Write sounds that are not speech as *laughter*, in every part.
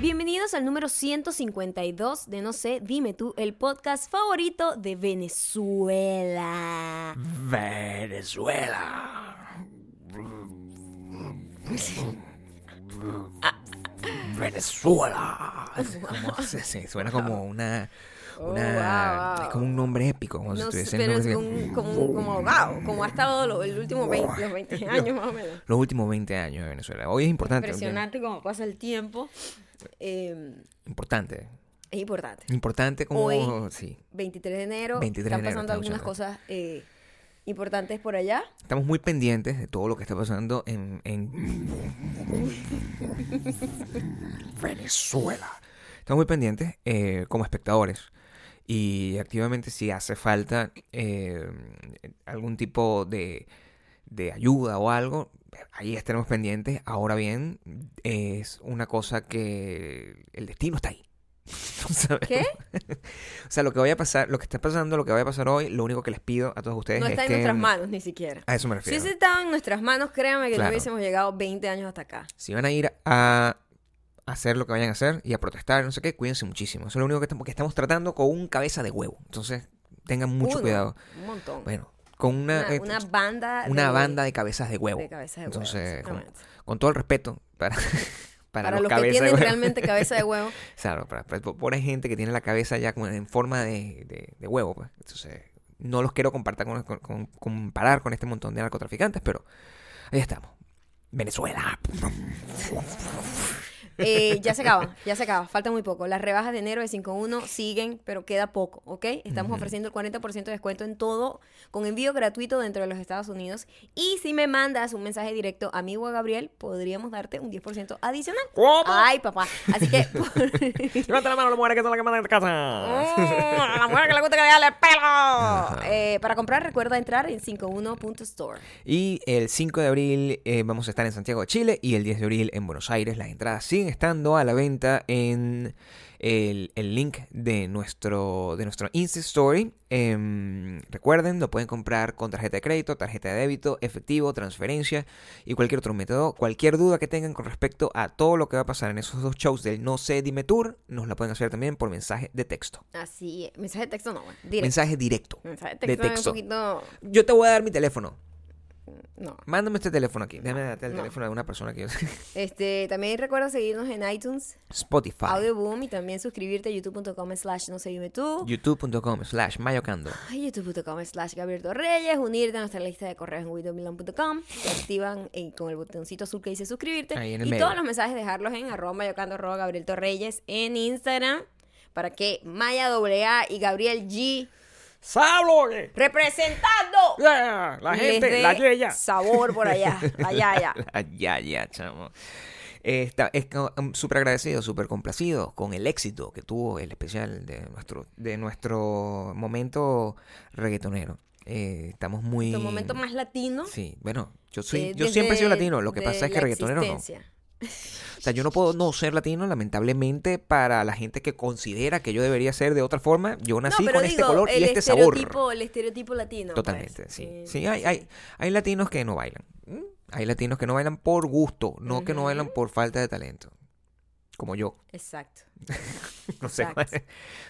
Bienvenidos al número 152 de No sé, dime tú, el podcast favorito de Venezuela. Venezuela. Venezuela. Es como- sí, sí, suena como una. Oh, una- wow. Es como un nombre épico. Como si No sé, estuviese en pero un- es un- como, como, ahogado, como ha estado lo- el último 20, los *laughs* 20 años más o menos. Los últimos 20 años de Venezuela. Hoy es importante. ¿entiendes? Impresionante cómo pasa el tiempo. Eh, Importante. es importante. Importante como. Hoy- Sí. 23 de enero, 23 de están enero pasando estamos algunas cosas hablando. eh, importantes por allá. Estamos muy pendientes de todo lo que está pasando en, en Venezuela. Estamos muy pendientes eh, como espectadores. Y activamente si hace falta eh, algún tipo de, de ayuda o algo, ahí estaremos pendientes. Ahora bien, es una cosa que el destino está ahí. *laughs* No sabemos. ¿Qué? *laughs* O sea, lo que vaya a pasar, lo que está pasando, lo que vaya a pasar hoy, lo único que les pido a todos ustedes No es está en que nuestras manos ni siquiera. a eso me Si refiero. ese estaba en nuestras manos, créanme que no Claro. hubiésemos llegado 20 años hasta acá. Si van a ir a hacer lo que vayan a hacer y a protestar, no sé qué, cuídense muchísimo. Eso es lo único que estamos, que estamos tratando con un cabeza de huevo. Entonces, tengan mucho Uno, cuidado. Un montón. Bueno, con una, una, eh, una banda. una banda de cabezas de huevo. de cabeza de huevo. Entonces, con, exactamente. con todo el respeto para, *laughs* Para, para, los, los que cabezas de tienen huevo. realmente cabeza de huevo. *laughs* Claro, para, para- pobre gente que tiene la cabeza ya como en forma de, de- de huevo. pues. Entonces, no los quiero compartar con- con- con- comparar con este montón de narcotraficantes, pero ahí estamos. Venezuela. Eh, ya se acaba, ya se acaba. Falta muy poco. Las rebajas de enero de 5.1 siguen, pero queda poco, ¿ok? Estamos ofreciendo el 40% de descuento en todo con envío gratuito dentro de los Estados Unidos. Y si me mandas un mensaje directo a mi o a Gabriel, podríamos darte un 10% adicional. ¿Cómo? Ay, papá. Así *laughs* que... Levanta la mano a las mujeres que son las que mandan en casa. Mm, a la mujer que le gusta que le jale el pelo. Eh, para comprar, recuerda entrar en 51.store. Y el 5 de abril eh, vamos a estar en Santiago de Chile y el 10 de abril en Buenos Aires. Las entradas siguen estando a la venta en el, el link de nuestro, de nuestro Insta Story. Em, recuerden, lo pueden comprar con tarjeta de crédito, tarjeta de débito, efectivo, transferencia y cualquier otro método. Cualquier duda que tengan con respecto a todo lo que va a pasar en esos dos shows del No sé Dime Tour, nos la pueden hacer también por mensaje de texto. Así, es. mensaje de texto no, bueno, directo. Mensaje directo. Mensaje de de texto, texto. es un poquito. Yo te voy a dar mi teléfono. No. Mándame este teléfono aquí. Déjame darte el No. teléfono de una persona que yo Este, también recuerda seguirnos en iTunes, *laughs* Spotify. Audioboom y también suscribirte a youtube.com slash no se dime tú. YouTube.com slash mayocando. a youtube.com slash Gabriel Torreyes, unirte a nuestra lista de correos en widomilan.com, te activan en- con el botoncito azul que dice suscribirte Ahí en el y medio. todos los mensajes dejarlos en arroba mayocando arroba Gabriel Torreyes en Instagram para que Maya AA y Gabriel G ¡Sablo! representando La les dé sabor por allá, allá, allá. *laughs* La yaya, chamo. Eh, Está, es co- um, súper agradecido, súper complacido con el éxito que tuvo el especial de nuestro, de nuestro momento reggaetonero. Eh, estamos muy... Tu momento más latino. Sí, bueno, yo, soy, eh, yo siempre he sido desde- latino, lo que de pasa es que la reggaetonero no. existencia. O sea, yo no puedo no ser latino, lamentablemente, para la gente que considera que yo debería ser de otra forma. Yo nací pero con este digo, color y el este estereotipo, sabor. El estereotipo latino. pues. Totalmente, sí. Eh, Sí, hay, hay, hay latinos que no bailan. ¿Mm? Hay latinos que no bailan por gusto, no que no bailan por falta de talento. Como yo, *laughs* Exacto. no sé. Exacto. *laughs*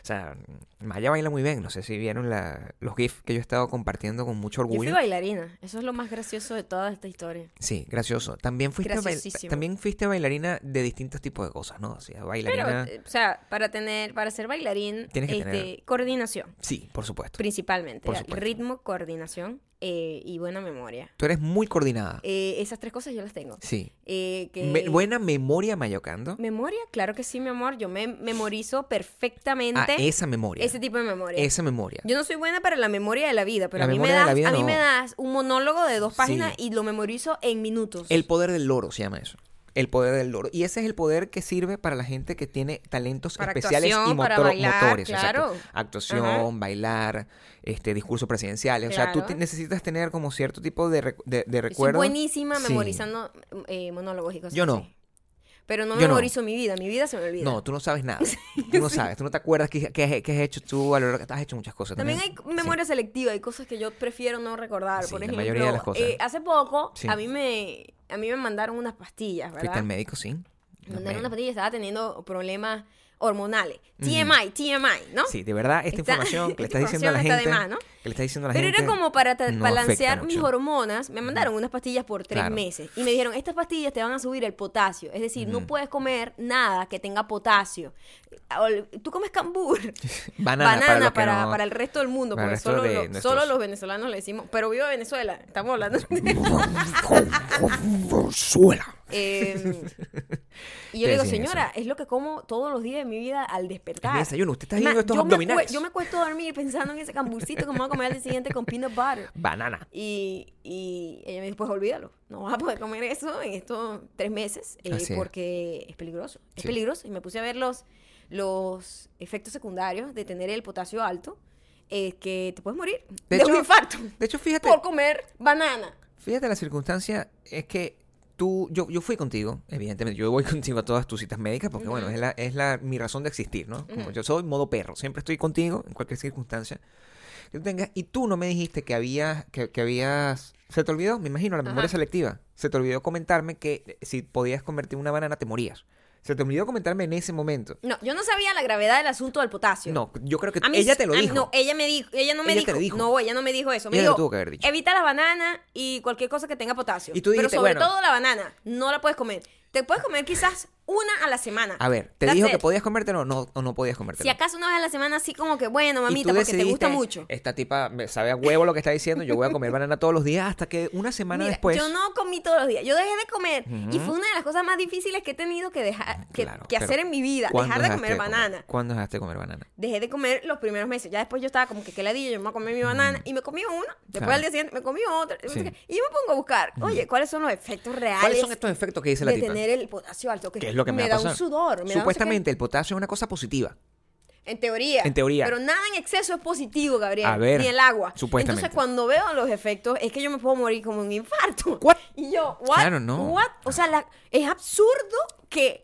o sea, Maya baila muy bien. No sé si vieron la- los GIFs que yo he estado compartiendo con mucho Yo fui orgullo. bailarina. Eso es lo más gracioso de toda esta historia. Sí, gracioso. También fuiste, bail- Graciosísimo. también fuiste bailarina de distintos tipos de cosas, ¿no? O sea, Pero, bailarina... eh, o sea, para tener, para ser bailarín, Tienes que este, tener- coordinación, sí, por supuesto. principalmente. o Por sea, supuesto. ritmo, coordinación eh, y buena memoria. Tú eres muy coordinada. Eh, esas tres cosas yo las tengo. Sí. Eh, que- Me- buena memoria mayocando. ¿Memoria? Claro que sí, mi amor. Yo me memorizo Ah, perfectamente esa memoria. ese tipo de memoria. Esa memoria. Yo no soy buena para la memoria de la vida, pero La a, mí me, memoria de das, la vida a mí no. me das un monólogo de dos Sí. páginas y lo memorizo en minutos. El poder del loro se llama eso. El poder del loro. Y ese es el poder que sirve para la gente que tiene talentos Para especiales y actuación, para motor- bailar, motores. exacto. claro. Actuación, Ajá. bailar, este discursos presidenciales. O sea, tú Claro. te- necesitas tener como cierto tipo de, recu- de, de Yo recuerdo. Soy buenísima Sí. memorizando eh, monólogos y cosas Yo no. así. Pero no Yo no. memorizo mi vida, mi vida se me olvida. No, tú no *laughs* sabes nada. Tú no sabes. Tú no te acuerdas qué, qué has- qué has hecho tú a lo largo. Has hecho muchas cosas. También hay también. Sí. memoria selectiva, hay cosas que yo prefiero no recordar. Sí, Por la ejemplo, mayoría de las cosas. eh, hace poco Sí. a mí me a mí me mandaron unas pastillas, Fuiste al ¿verdad? médico, sí. Mandar Amén. una patilla estaba teniendo problemas hormonales. TMI, TMI, ¿no? Sí, de verdad, esta Está- información que le esta estás diciendo a la información gente. está de más, ¿no? Que le estás diciendo a la Pero gente. era como para ta- no balancear afecta mis mucho. hormonas. Me mandaron unas pastillas por tres Claro. meses. Y me dijeron, estas pastillas te van a subir el potasio. Es decir, no Ujú. puedes comer nada que tenga potasio. Ol- Tú comes cambur. *laughs* Banana, para, los que para, no- para el resto del mundo. para Porque el resto solo, de lo- nuestros- solo los venezolanos le decimos, pero viva Venezuela. Estamos hablando de *laughs* *laughs* Suela. Eh, y Te yo le digo, decían señora, es lo que como todos los días de mi vida al despertar. Es mi desayuno, usted está Es más, viendo estos yo me cue- abdominales. yo me cuesto dormir pensando en ese camburcito que me voy a comer al día siguiente con peanut butter. Banana. Y, y ella me dijo, pues olvídalo, no vas a poder comer eso en estos tres meses eh, Así es. porque es peligroso. Es Sí. peligroso. Y me puse a ver los, los efectos secundarios de tener el potasio alto, eh, que te puedes morir de, un infarto De hecho, fíjate. por comer banana. Fíjate, la circunstancia es que tú, yo, yo fui contigo, evidentemente, yo voy *laughs* contigo a todas tus citas médicas porque, bueno, es, la, es la, mi razón de existir, ¿no? Como Ujú. yo soy modo perro, siempre estoy contigo en cualquier circunstancia que tú tengas. Y tú no me dijiste que habías, que, que habías, se te olvidó, me imagino, la memoria Ajá. selectiva. Se te olvidó comentarme que eh, si podías convertir una banana te morías. Se te olvidó comentarme en ese momento. No, yo no sabía la gravedad del asunto del potasio. No, yo creo que A mí ella sí- te lo a mí- dijo. No, ella me dijo, ella no me Ella te dijo, lo dijo. No, ella no me dijo eso. Me Ella te lo dijo, tuvo que haber dicho. evita las bananas y cualquier cosa que tenga potasio. Y tú dijiste, Pero sobre bueno. todo la banana, no la puedes comer. Te puedes comer quizás una a la semana. A ver, ¿te That's dijo it. que podías comértelo o no, o no podías comértelo? Si acaso una vez a la semana así como que, bueno, Y mamita, tú porque te gusta decidiste, mucho. Esta tipa me sabe a huevo lo que está diciendo. Yo voy a *laughs* comer banana todos los días hasta que una semana Mira, después. yo no comí todos los días. Yo dejé de comer y Ujú. fue una de las cosas más difíciles que he tenido que dejar que, Claro, que pero hacer en mi vida, ¿cuándo dejar de dejaste comer banana. ¿Cuándo dejaste de comer banana? Dejé de comer los primeros meses. Ya después yo estaba como que qué ladilla, yo me voy a comer mi banana y me comí una. Después Mm. Claro. al día siguiente me comí otra. no sé Sí. Mm. qué. Y yo me pongo a buscar, oye, ¿cuáles son los efectos reales? ¿Cuáles son estos efectos que dice la de tipa? tener el potasio alto. Que ¿Qué es lo que me, va da a pasar? un sudor. me da no sé qué. Supuestamente el potasio es una cosa positiva. en teoría. En teoría. Pero nada en exceso es positivo, Gabriel. A ver, Ni el agua. supuestamente. Entonces cuando veo los efectos es que yo me puedo morir como un infarto. What? Y yo, what? Claro, no. What? O sea, la- es absurdo que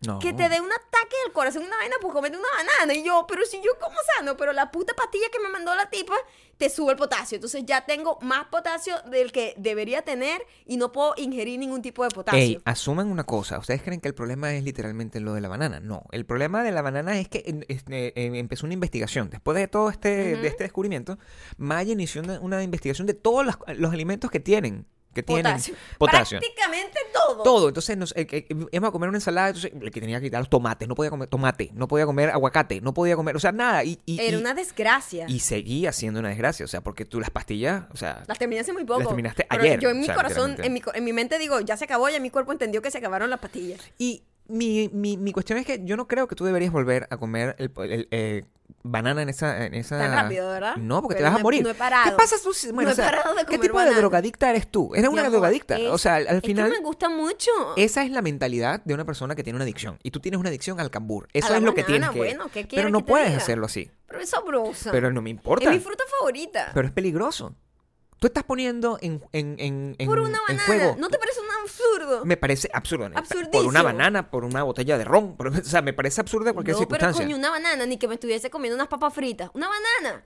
No. que te dé un ataque al corazón una vaina pues comete una banana y yo pero si yo como sano pero la puta pastilla que me mandó la tipa te sube el potasio entonces ya tengo más potasio del que debería tener y no puedo ingerir ningún tipo de potasio Ey, asuman una cosa. Ustedes creen que el problema es literalmente lo de la banana. No. El problema de la banana es que en- es- eh, eh, empezó una investigación. Después de todo este, de este descubrimiento, Maya inició una, una investigación de todos los, los alimentos que tienen. Que potasio tienen potasio. prácticamente todo Todo. Entonces, nos, eh, eh, íbamos a comer una ensalada, entonces le que tenía que quitar los tomates, no podía comer tomate, no podía comer aguacate, no podía comer, o sea, nada. Y, y, era y- una desgracia y seguía siendo una desgracia, o sea, porque tú las pastillas, o sea, las terminé hace muy poco. Las terminaste Pero ayer, Yo en o mi sea, corazón, literalmente. en mi, co- en mi mente digo, ya se acabó, ya mi cuerpo entendió que se acabaron las pastillas. y mi, mi, mi cuestión es que yo no creo que tú deberías volver a comer el, el- eh, banana en esa, en esa... Tan rápido, ¿verdad? No, porque Pero te vas no a he- morir. no he parado. ¿Qué pasa tú? si- bueno, No he o sea, parado de ¿Qué comer tipo banana. de drogadicta eres tú? Eres una Mi amor, drogadicta. es- o sea, al, al es que final... me gusta mucho. Esa es la mentalidad de una persona que tiene una adicción. Y tú tienes una adicción al cambur. Eso la es lo que banana, tienes que. bueno, ¿qué pero quieres no que te puedes diga? hacerlo así. pero es sabrosa. Pero no me importa. es mi fruta favorita. Pero es peligroso. Tú estás poniendo en, en, en, en- por una en banana. juego. ¿No te parece un absurdo? Me parece absurdo. Por Absurdísimo. una banana, por una botella de ron. por- *laughs* o sea, me parece absurda cualquier no, pero circunstancia. coño, una banana, ni que me estuviese comiendo unas papas fritas. ¡Una banana!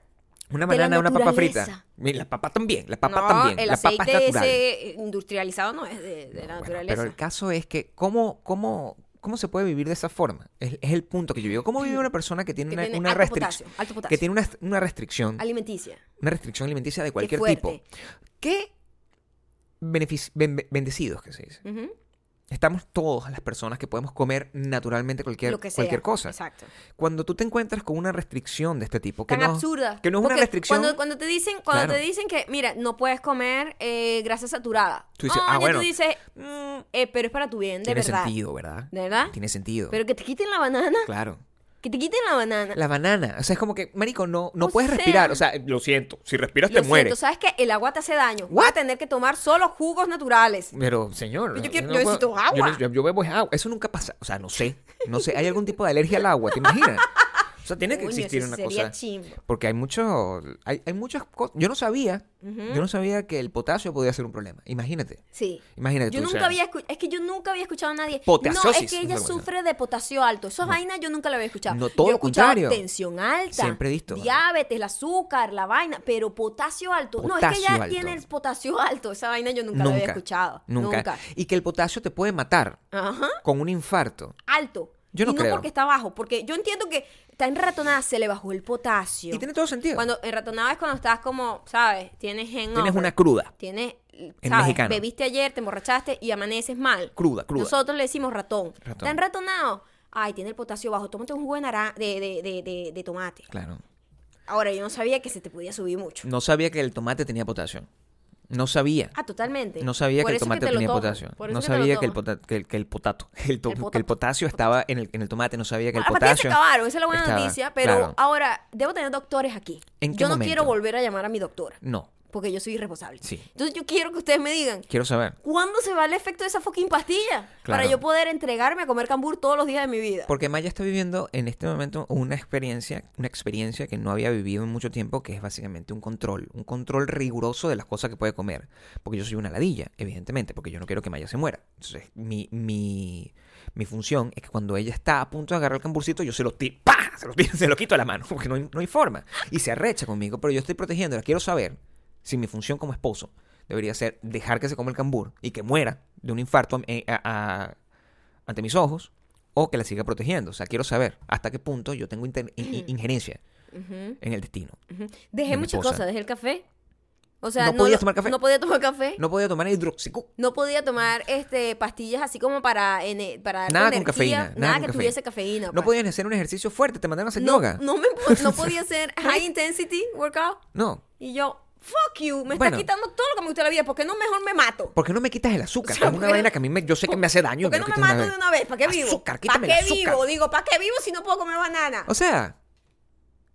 Una de la banana, una papa naturaleza. frita. Y La papa también. La papa no, también. el la papa es aceite natural. ese eh, industrializado no es de, de la Bueno, naturaleza. pero el caso es que, ¿cómo, cómo, cómo se puede vivir de esa forma? Es, es el punto que yo *clears throat* digo. ¿Cómo vive una persona que tiene Que una, tiene una alto restric- potasio, alto potasio. Que tiene una, una restricción. Alimenticia. una restricción alimenticia de cualquier fuerte. tipo. ¿Qué benefic- ben- bendecidos que se dice? Ujú. Estamos todas las personas que podemos comer naturalmente cualquier, Lo que sea. cualquier cosa. Exacto. Cuando tú te encuentras con una restricción de este tipo, que Tan no, absurda. que no es una Porque restricción, Cuando, cuando te dicen, cuando Claro. te dicen que, mira, no puedes comer eh, grasa saturada. Tú dices, Oye, ah, bueno. tú dices, mm, eh, pero es para tu bien, de tiene verdad. sentido, ¿verdad? ¿De verdad? Tiene sentido. Pero que te quiten la banana, Claro. que te quiten la banana. La banana, o sea, es como que, marico, no, no O puedes sea- respirar, o sea, lo siento, si respiras te Lo mueres. siento, sabes que el agua te hace daño. Vas a What? tener que tomar solo jugos naturales. Pero, señor. Pero yo quiero- no yo puedo- necesito yo agua. ne- Yo, yo bebo es agua. Eso nunca pasa. O sea, no sé. No sé. ¿Hay algún tipo de alergia al agua? ¿Te imaginas? O sea, tiene que Coño, existir eso una sería cosa. chimbo. Porque hay muchos, hay, hay muchas cosas. Yo no sabía, Ujú. yo no sabía que el potasio podía ser un problema. Imagínate, Sí. imagínate. Yo Eh, tú, o nunca sea, había escu- es que yo nunca había escuchado a nadie. Potasiosis, No, es que no ella sé cómo se sufre de potasio alto. Esas vainas yo nunca la había escuchado. No, todo yo he lo escuchado contrario. tensión alta. Siempre he visto. Diabetes, el azúcar, la vaina, pero potasio alto. no, es que Potasio ella alto. tiene el potasio alto. Esa vaina yo nunca, la había escuchado. nunca, Y que el potasio te puede matar Ajá. con un infarto. Alto. Yo no y no creo. porque está bajo, porque yo entiendo que está en ratonada, se le bajó el potasio. Y tiene todo *laughs* sentido. Cuando en ratonada es cuando estás como, ¿sabes? Tienes hangover. Tienes una cruda. Tienes, ¿sabes? mexicano. Bebiste ayer, te emborrachaste y amaneces mal. Cruda, cruda. Nosotros le decimos ratón. Ratón. ¿Está enratonado? Ay, tiene el potasio bajo. Tómate un jugo de, naran- de, de, de, de- de tomate. Claro. Ahora, yo no sabía que se te podía subir mucho. No sabía que el tomate tenía potasio. No sabía. Ah, totalmente. No sabía Por que el eso tomate te lo tenía tomas. potasio. Por eso No te lo sabía que el, tomas. pota- que, el, que el potato, *laughs* el to- El que el potato. potasio estaba en el, en el tomate. No sabía que el A partir se potasio. acabaron, esa es la buena estaba- noticia. Pero claro. ahora, debo tener doctores aquí. ¿En qué yo no momento? quiero volver a llamar a mi doctora, No, porque yo soy irresponsable. Sí. Entonces, yo quiero que ustedes me digan, quiero saber. ¿cuándo se va el efecto de esa fucking pastilla? Claro. Para yo poder entregarme a comer cambur todos los días de mi vida. Porque Maya está viviendo en este momento una experiencia, una experiencia que no había vivido en mucho tiempo, que es básicamente un control, un control riguroso de las cosas que puede comer. Porque yo soy una ladilla, evidentemente, porque yo no quiero que Maya se muera. Entonces, mi, mi, mi función es que cuando ella está a punto de agarrar el camburcito, yo se lo tiro, ¡pa! Se lo, tiro, *laughs* se lo quito a la mano, porque no hay, no hay forma. Y se arrecha conmigo, pero yo estoy protegiéndola. Quiero saber si mi función como esposo debería ser dejar que se coma el cambur y que muera de un infarto eh, a- a- ante mis ojos o que la siga protegiendo. O sea, quiero saber hasta qué punto yo tengo inter- in- in- injerencia Ujú. en el destino. Dejé de mi muchas esposa. cosas, dejé el café. O sea, ¿No no, podías lo- tomar café? No podía tomar café. No. No podía tomar hidroxicú. podía tomar este pastillas así como para ene- para darte Nada con energía, cafeína, nada, nada con que cafeína. tuviese cafeína. No pa. podías hacer un ejercicio fuerte, te mandaron a hacer no, yoga. no me po- *laughs* no podía hacer high intensity workout No. y yo fuck you, me Bueno. está quitando todo lo que me gusta de la vida, ¿por qué no mejor me mato? ¿Por qué no me quitas el azúcar? O sea, es *laughs* una ¿por qué- vaina que a mí me- yo sé que me hace daño. ¿Por qué me no lo me quitas de mato de una vez? ¿Para qué vivo? ¿Para Azúcar, quítame qué el azúcar. vivo? Digo, ¿para qué vivo si no puedo comer banana? O sea,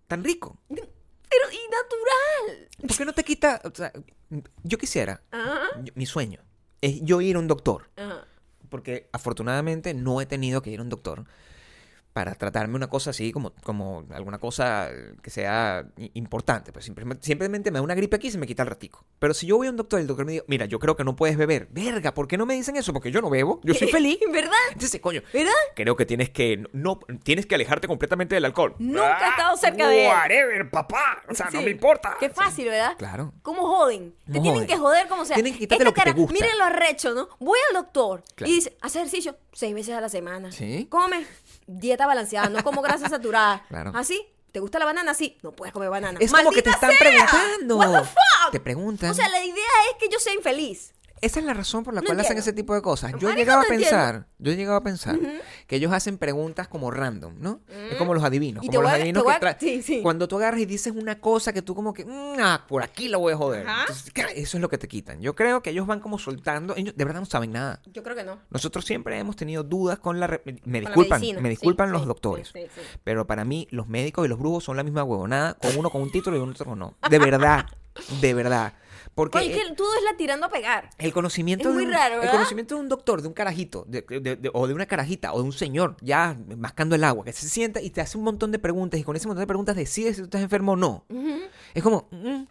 tan rico. Pero y natural. Ah. ¿Por qué no te quita? o sea, yo quisiera, Ajá. yo- mi sueño es yo ir a un doctor, Ajá. *laughs* porque afortunadamente no he tenido que ir a un doctor para tratarme una cosa así como, como alguna cosa eh, que sea i- importante. Pues simplemente, simplemente me da una gripe aquí y se me quita el ratico. Pero si yo voy a un doctor y el doctor me dice, mira, yo creo que no puedes beber. Verga, ¿por qué no me dicen eso? Porque yo no bebo, yo *laughs* soy feliz. ¿Verdad? Entonces, coño, ¿Verdad? creo que tienes que no tienes que alejarte completamente del alcohol. Ah, uh, Nunca he estado cerca de él. Whatever, papá. O sea, no Sí. me importa. Qué fácil, ¿verdad? Claro. ¿Cómo joden? Te No tienen joden. que joder como sea. Tienen que quitarte lo que te gusta. Miren lo arrecho, ¿no? Voy al doctor Claro. y dice, hace ejercicio seis veces a la semana. Sí. Come dieta balanceada, no como *laughs* grasas saturadas. Claro. ¿Así? ¿Te gusta la banana? Sí. No puedes comer banana. Es como que te ¡Maldita están sea! preguntando. What the fuck? Te preguntan. O sea, la idea es que yo sea infeliz. Esa es la razón por la No cual hacen entiendo. ese tipo de cosas. Yo Marico, llegaba a no entiendo. pensar, yo llegaba a pensar que ellos hacen preguntas como random, ¿no? Es como los adivinos, Mm. Y te como los voy a- te adivinos voy que a- tra- sí, sí. cuando tú agarras y dices una cosa que tú como que, "Mm, ah, por aquí lo voy a joder. Ajá. Entonces, ca- eso es lo que te quitan. Yo creo que ellos van como soltando, ellos de verdad no saben nada. Yo creo que no. Nosotros siempre hemos tenido dudas con la re- me Con la disculpan, medicina. me disculpan Sí, los sí, doctores. sí, sí, sí. Pero para mí los médicos y los brujos son la misma huevonada, con uno con un título y con otro no. De verdad, de verdad. Porque eh, Oye, que todo es la tirando a pegar. el conocimiento, Es muy de un, raro, el ¿verdad? conocimiento de un doctor, de un carajito, de- de- de- o de una carajita, o de un señor ya mascando el agua, que se sienta y te hace un montón de preguntas y con ese montón de preguntas decides si tú estás enfermo o no. Es como, mm,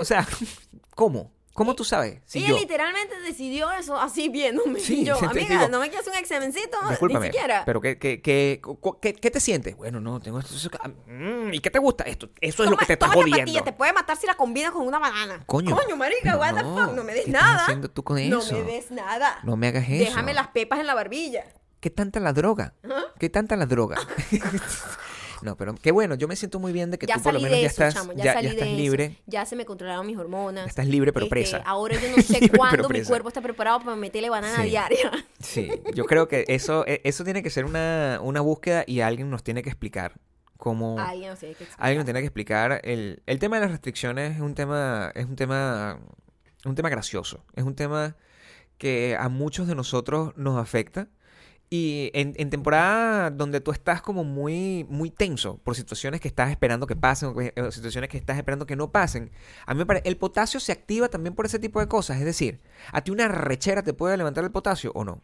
o sea, *laughs* ¿cómo? ¿Cómo tú sabes? Si ella yo, literalmente decidió eso así viéndome. Sí, Y yo, te amiga, digo, ¿no me quieres un examencito? discúlpame, Ni siquiera. pero ¿qué, qué, qué, cu- qué- qué te sientes? Bueno, no, tengo esto, eso- ah, mm, ¿y qué te gusta? Esto, eso es lo Toma- que te está tómate jodiendo. pastilla, te puede matar si la combinas con una banana. Coño. marica, Pero what the no, fuck, no me des ¿qué estás nada. haciendo tú con eso? No me des nada. No me hagas eso. Déjame las pepas en la barbilla. ¿Qué tanta la droga? ¿Qué tanta la droga? *laughs* no, pero qué bueno, yo me siento muy bien de que ya tú por lo salí menos de ya eso, estás, chamo. ya, Ya, ya salí estás de libre. eso. Ya se me controlaron mis hormonas. Ya estás libre, pero Este, presa. Ahora *laughs* yo no Libre, sé pero cuándo mi presa. cuerpo está preparado para meterle banana Sí. diaria. Sí, yo creo que eso, e- eso tiene que ser una, una búsqueda y alguien nos tiene que explicar cómo... Ay, no sé qué Alguien nos tiene que explicar. El, el tema de las restricciones es un tema, es un tema, un tema gracioso. Es un tema que a muchos de nosotros nos afecta. Y en, en temporada donde tú estás como muy, muy tenso por situaciones que estás esperando que pasen o, que- o situaciones que estás esperando que no pasen, a mí me parece, el potasio se activa también por ese tipo de cosas. Es decir, ¿a ti una rechera te puede levantar el potasio o no?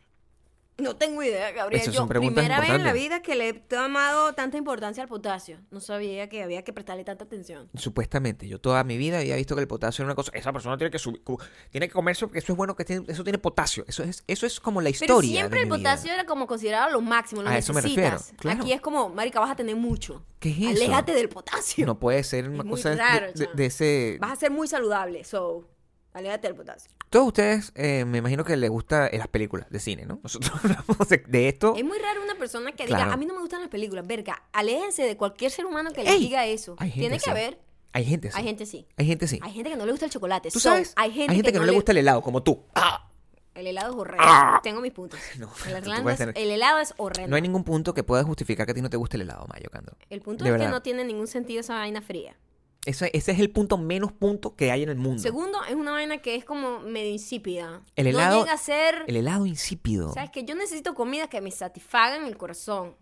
No tengo idea, Gabriel. Esas Yo, son preguntas primera vez en la importantes. vida que le he tomado tanta importancia al potasio. No sabía que había que prestarle tanta atención. Supuestamente, yo toda mi vida había visto que el potasio era una cosa. Esa persona tiene que subir, como- tiene que comerse porque eso es bueno, que tiene- eso tiene potasio. Eso es, eso es como la historia. Pero de siempre el mi vida. potasio era como considerado lo máximo, lo A eso me necesitas. refiero, claro. Aquí es como, marica, vas a tener mucho. ¿Qué es eso? Aléjate del potasio. No puede ser una muy cosa de- raro, de, chamo. de ese. Vas a ser muy saludable, so, aléjate del potasio. Todos ustedes, eh, me imagino que les gustan las películas de cine, ¿no? *laughs* Nosotros hablamos de, de esto. Es muy raro una persona que diga, Oh. Claro. a mí no me gustan las películas, verga, aléjense de cualquier ser humano que les Ey, diga eso. hay gente Tiene que así. haber, Hay gente así. hay gente sí. Hay gente así. Hay gente que no le gusta el chocolate. ¿Tú so, sabes? Hay gente, que, no le gusta el helado, como tú. ¡Ah! El helado es horrendo. Tengo mis puntos. *laughs* No, el, tú Irlanda puedes es- tener- el helado es horrendo. No hay ningún punto que pueda justificar que a ti no te guste el helado, Mayo Cando. El punto De es verdad. que no tiene ningún sentido esa vaina fría. Ese, ese es el punto menos punto que hay en el mundo. Segundo, es una vaina que es como medio insípida. El helado- No llega a ser... El helado insípido. ¿Sabes que Yo necesito comidas que me satisfagan el corazón.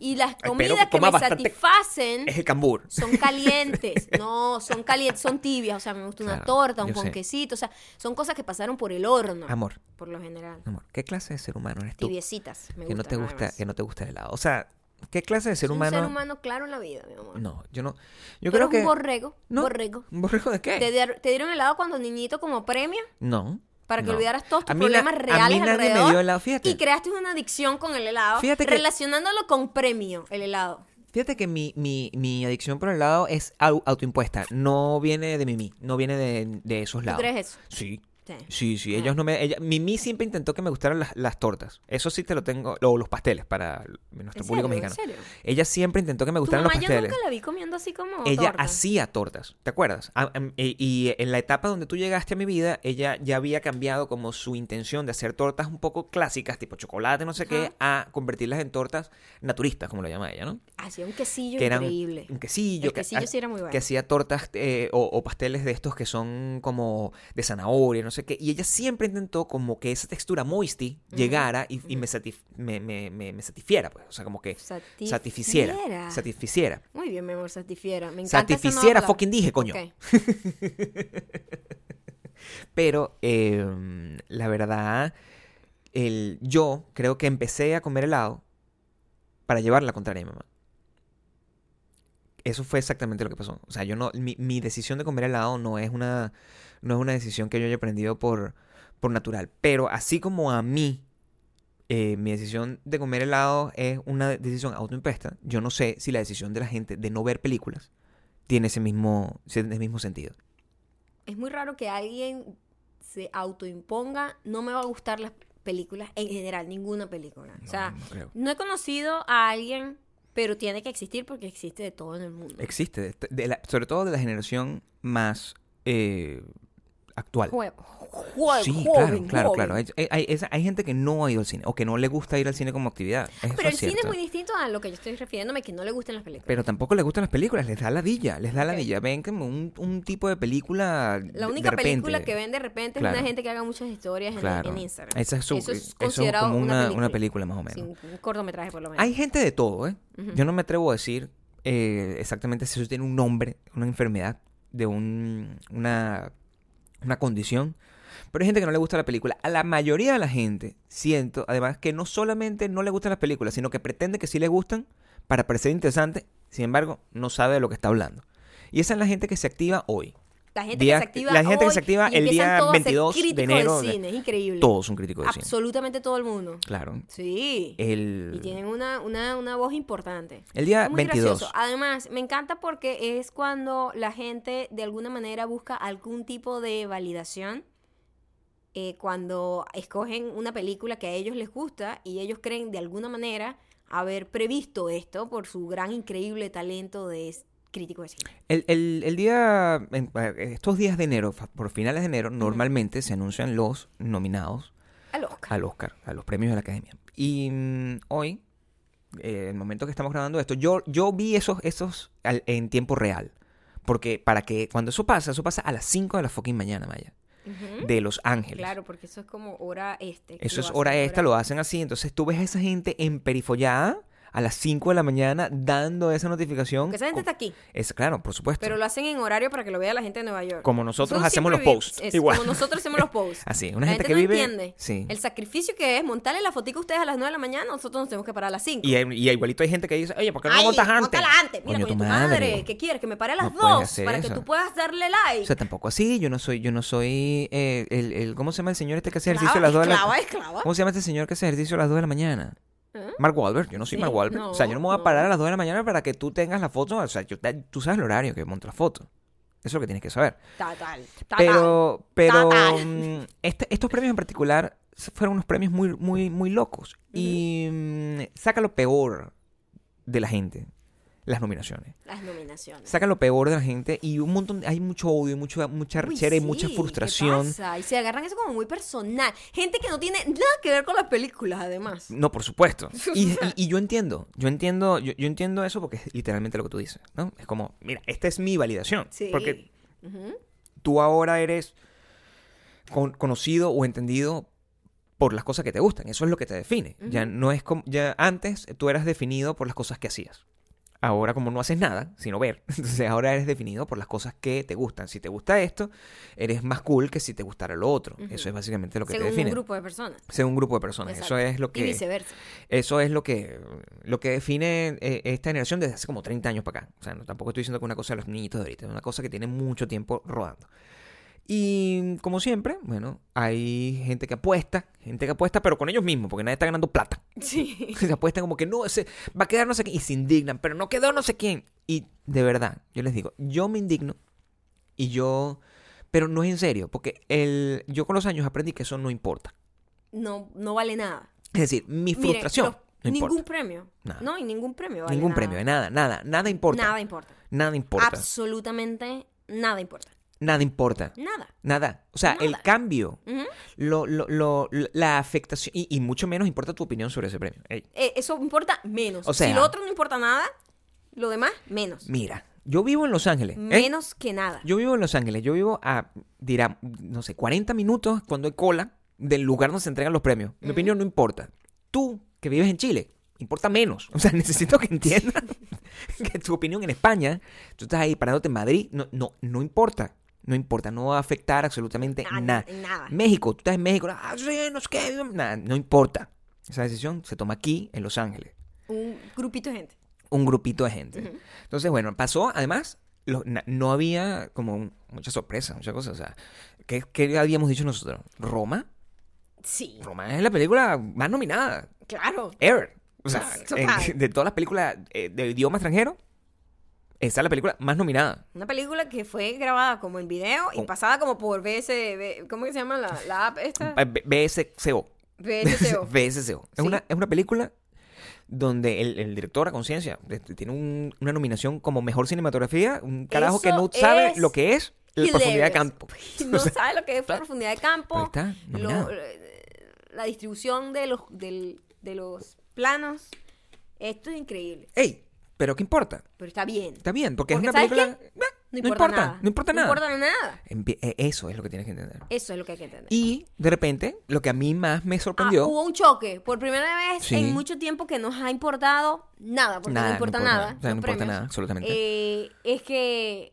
Y las pero comidas que coma me bastante- satisfacen... Es el cambur. son *laughs* calientes, no, son calientes, son tibias, o sea, me gusta una Claro, torta, un yo sé. ponquecito, o sea, son cosas que pasaron por el horno, Amor, por lo general, amor, ¿qué clase de ser humano eres tú? tibiecitas, me Que no gusta. te gusta, que no te gusta el helado. O sea, ¿qué clase de ser humano? un ser humano claro en la vida, mi amor. No, yo no. Yo Tú eres creo que un borrego, no. borrego. ¿Un borrego de qué? Te, dar- te dieron helado cuando niñito como premio No. para que no. olvidaras todos A tus mí na- problemas A reales mí nadie alrededor me dio helado, fíjate. y creaste una adicción con el helado, Fíjate que- relacionándolo con premio, el helado. Fíjate que mi, mi, mi adicción por el helado es au- autoimpuesta. No viene de Mimi, no viene de, de esos lados. crees Ah. eso? Sí. Sí. Sí, sí, ellos no me... Ella, Mimi siempre intentó que me gustaran las, las tortas. Eso sí te lo tengo... O los pasteles para nuestro ¿En serio? público mexicano. ¿En serio? Ella siempre intentó que me Tu gustaran mamá los yo pasteles. nunca la vi comiendo así como Ella torta. hacía tortas, ¿te acuerdas? Ah, em, eh, Y en la etapa donde tú llegaste a mi vida, ella ya había cambiado como su intención de hacer tortas un poco clásicas, tipo chocolate, no sé qué, a convertirlas en tortas naturistas, como lo llama ella, ¿no? Hacía un quesillo Que eran increíble. un quesillo. El quesillo sí era muy bueno. Que hacía tortas eh, o, o pasteles de estos que son como de zanahoria, no sé qué. Y ella siempre intentó como que esa textura moisty llegara y, y me, satis- me, me- me- me satisfiera, pues. O sea, como que Satisfiera. satisficiera. Satisficiera. Muy bien, mi amor, satisfiera. Me encanta esa nueva Satisficiera palabra. fucking dije, coño. Ok. Pero eh, la verdad, el, yo creo que empecé a comer helado para llevar la contraria a mi mamá. Eso fue exactamente lo que pasó. O sea, yo no, mi, mi decisión de comer helado no es una, no es una decisión que yo haya aprendido por, por natural. Pero así como a mí, eh, mi decisión de comer helado es una decisión autoimpuesta, yo no sé si la decisión de la gente de no ver películas tiene ese mismo, ese mismo sentido. Es muy raro que alguien se autoimponga, no me va a gustar las películas en general, ninguna película. o sea, No, no creo. no he conocido a alguien, pero tiene que existir porque existe de todo en el mundo. Existe, de- de la- sobre todo de la generación más eh, actual. Jue- jue- sí, joven, claro, claro, joven. claro. Hay, hay- hay- esa- hay gente que no ha ido al cine o que no le gusta ir al cine como actividad. Eso Pero el es cine es cierto. muy distinto a lo que yo estoy refiriéndome, que no le gustan las películas. Pero tampoco les gustan las películas, les da ladilla, les da Ok. ladilla. Ven que un, un tipo de película. de- La única de repente. película que ven de repente es Claro. una gente que haga muchas historias en- Claro. en, Instagram. Esa es su- eh, Eso eso es es considerado como una, una- película. una película más o menos. Sí, un cortometraje por lo menos. Hay gente de todo, ¿eh? Yo no me atrevo a decir eh, exactamente si eso tiene un nombre, una enfermedad, de un, una, una condición. Pero hay gente que no le gusta la película. A la mayoría de la gente siento, además, que no solamente no le gustan las películas, sino que pretende que sí le gustan para parecer interesante, sin embargo, no sabe de lo que está hablando. Y esa es la gente que se activa hoy. La gente Día- que se activa la gente que hoy se activa y el empiezan día todos a ser 22 de críticos enero de- cine, es increíble. Todos son críticos de cine. Absolutamente todo el mundo. Claro. Sí. El, Y tienen una, una, una voz importante. el día Es muy 22. gracioso. Además, me encanta porque es cuando la gente de alguna manera busca algún tipo de validación eh, cuando escogen una película que a ellos les gusta y ellos creen de alguna manera haber previsto esto por su gran increíble talento de s- crítico de cine. El, el- el día, en- eh, estos días de enero, fa- por finales de enero, normalmente se anuncian los nominados Al Oscar. al Oscar, a los premios de la Academia. Y mm, hoy, eh, el momento que estamos grabando esto, yo, yo vi esos, esos al- en tiempo real. Porque para que, cuando eso pasa, eso pasa a las 5 de la fucking mañana, Maya, Ujú. de Los Ángeles. ¿Mm? Claro, porque eso es como hora este. que Eso lo es hacen hora esta, lo hacen así. Entonces tú ves a esa gente emperifollada a las 5 de la mañana dando esa notificación. Porque esa gente co- está aquí. Es claro, por supuesto. Pero lo hacen en horario para que lo vea la gente de Nueva York. Como nosotros Son hacemos los siempre vi- posts. es, Igual. Como nosotros hacemos los posts. Así, una la gente gente, que no vive- entiende. sí. El sacrificio que es montarle la fotico a ustedes a las 9 de la mañana, nosotros nos tenemos que parar a las 5. Y, hay- y igualito hay gente que dice, oye, ¿por qué no Ay, lo montas antes? móntala antes. Mira, pues, Coño, coño, tu madre. ¿Qué quieres? Que me pare a las No puedes 2 hacer para que eso. tú puedas darle like. O sea, tampoco así. Yo no soy, yo no soy eh, el, el- ¿cómo se llama el señor este que hace ejercicio a las 2 de la Esclava, esclava. ¿Cómo se llama este señor que hace ejercicio a las 2 de la mañana? ¿Eh? Mark Wahlberg, yo no soy Sí, Mark Wahlberg. o sea, yo no me voy no, a parar a las 2 de la mañana para que tú tengas la foto. O sea, yo te- tú sabes el horario que monto la foto. Eso es lo que tienes que saber. Tal, tal, tal, Pero, pero Total. mm, este- estos premios en particular fueron unos premios muy, muy, muy locos. Y mm, saca lo peor de la gente, las nominaciones. tal. Las nominaciones. Saca lo peor de la gente y un montón, hay mucho odio, mucha, mucha Uy, rechera y sí, mucha ¿qué frustración. pasa? Y se agarran eso como muy personal. Gente que no tiene nada que ver con las películas, además. No, por *laughs* supuesto. Y, y- y yo entiendo, yo entiendo, yo, yo entiendo eso porque es literalmente lo que tú dices, ¿no? Es como, mira, esta es mi validación. Sí. Porque Ujú. tú ahora eres con- conocido o entendido por las cosas que te gustan. Eso es lo que te define. Ya no es como, ya antes tú eras definido por las cosas que hacías. Ahora como no haces nada, sino ver, *laughs* entonces ahora eres definido por las cosas que te gustan. Si te gusta esto, eres más cool que si te gustara lo otro. Eso es básicamente lo que te Según define. un grupo de personas. Según un grupo de personas. Exacto. Eso es lo que Y viceversa. *laughs* eso es lo que, lo que define eh, esta generación desde hace como 30 años para acá. O sea, no, tampoco estoy diciendo que es una cosa de los niñitos de ahorita, es una cosa que tiene mucho tiempo rodando. Y como siempre, bueno, hay gente que apuesta, gente que apuesta, pero con ellos mismos, porque nadie está ganando plata. *laughs* Sí. Se apuestan como que no, ese va a quedar no sé quién, y se indignan, pero no quedó no sé quién. Y de verdad, yo les digo, yo me indigno y yo, pero no es en serio, porque el, yo con los años aprendí que eso no importa. No, no vale nada. Es decir, mi Miren, frustración. los- no ningún importa. premio. Nada. No, y ningún premio vale Ningún nada. premio, de nada, nada, nada importa. Nada Nada, importa. importa. Absolutamente nada importa. nada importa. Nada. Nada. O sea, el Nada. cambio, Ujú. lo, lo- lo- la afectación, y, y mucho menos importa tu opinión sobre ese premio. Ey, Eh, eso importa menos. O sea- si lo otro no importa nada, lo demás menos. mira, yo vivo en Los Ángeles. ¿eh? Menos que nada. Yo vivo en Los Ángeles. Yo vivo a, dirá, no sé, 40 minutos cuando hay cola del lugar donde se entregan los premios. Mi opinión no importa. Tú, que vives en Chile, importa menos. O sea, *laughs* necesito que entiendas *laughs* que tu opinión en España, tú estás ahí parándote en Madrid, no, no, no importa. No importa, no va a afectar absolutamente Nada, nada. nada. México, tú estás en México, ah, sí, no sé qué, nada, no importa. Esa decisión se toma aquí, en Los Ángeles Un grupito de gente. un grupito de gente. Entonces, bueno, pasó, además, lo- na- no había como un- mucha sorpresa, muchas cosas. O sea, ¿qué, qué habíamos dicho nosotros? Roma. Sí, Roma es la película más nominada, claro. ever. O sea, Total. en- *laughs* de todas las películas eh, de idioma extranjero, esa es la película más nominada. Una película que fue grabada como en video y Con- pasada como por BS... ¿Cómo que se llama la, la app esta? Eh, B- BSCO. *laughs* BSCO. BSCO. Es, Ah. Sí. una, es una película donde el, el director a conciencia este, tiene un- una nominación como mejor cinematografía, un carajo que Eso no sabe es lo que es la profundidad de Hilarious. campo. No sabe lo que es profundidad de campo. Pero está lo- nominado. eh, la distribución de los, del- de los planos. Esto es increíble. ¡Ey! ¿Pero qué importa? Pero está bien. Está bien, porque, Porque es una ¿sabes película... qué? Nah, No importa, nada. No importa nada. No importa nada. Empie- eh, Eso es lo que tienes que entender. Eso es lo que hay que entender. Y, de repente, lo que a mí más me Ah, sorprendió... hubo un choque. Por primera vez Sí. en mucho tiempo que nos ha importado nada, porque Nada, no no importa importa. nada. O sea, no los importa premios, nada, absolutamente. eh, es que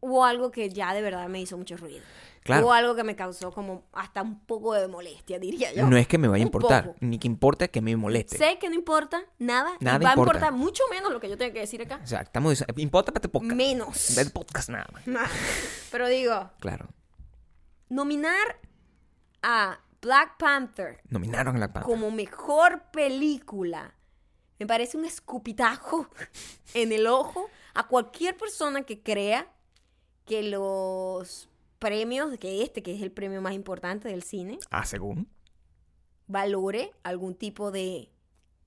hubo algo que ya de verdad me hizo mucho ruido. Claro. Hubo algo que me causó como hasta un poco de molestia, diría yo. no es que me vaya Un a importar, poco. ni que importa que me moleste. Sé que no importa nada. y Nada va importa. a importar mucho menos lo que yo tenga que decir acá. O sea, estamos diciendo... Importa para este podcast. Menos. Del podcast nada más. *laughs* Pero digo, Claro. nominar a Black Panther Nominaron a la Panther. como mejor película. Me parece un escupitajo *laughs* en el ojo a cualquier persona que crea que los premios, que este, que es el premio más importante del cine, Ah, según. valore algún tipo de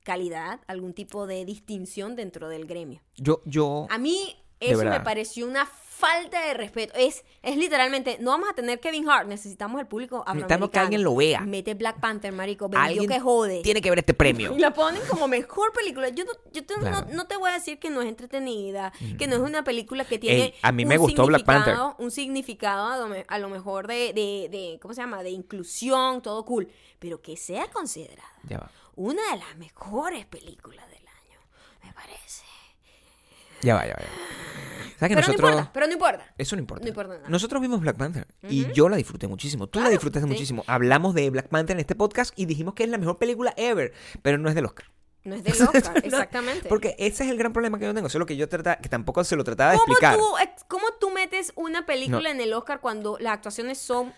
calidad, algún tipo de distinción dentro del gremio. Yo, yo... A mí De eso me verdad. pareció una falta de respeto. Es, es literalmente, no vamos a tener Kevin Hart, necesitamos el público afroamericano. Necesitamos que alguien lo vea. Mete Black Panther, marico, vendió Alguien que jode. tiene que ver este *laughs* premio. Y la ponen como mejor película. Yo, no, yo te- no- Claro. Mm. no, te voy a decir que no es entretenida, que no es una película que tiene. Ey, a mí me gustó Black Panther. significado- Un significado a lo, me- a lo mejor de, de- de- ¿Cómo se llama? De inclusión, todo cool. Pero que sea considerada Ya va. una de las mejores películas del año, me parece. Ya va, ya va. ya va. ¿Sabes Ah, que Pero nosotros... no importa, pero no importa. Eso no importa. No importa nada. Nosotros vimos Black Panther y yo la disfruté muchísimo. Tú la Claro, disfrutaste sí. muchísimo. Hablamos de Black Panther en este podcast y dijimos que es la mejor película ever, pero no es del Oscar. No es del Oscar, *laughs* No, exactamente. Porque ese es el gran problema que yo tengo. Eso es lo que yo trataba, que tampoco se lo trataba de ¿Cómo explicar. tú, ex- ¿Cómo tú metes una película en el Oscar cuando las actuaciones son...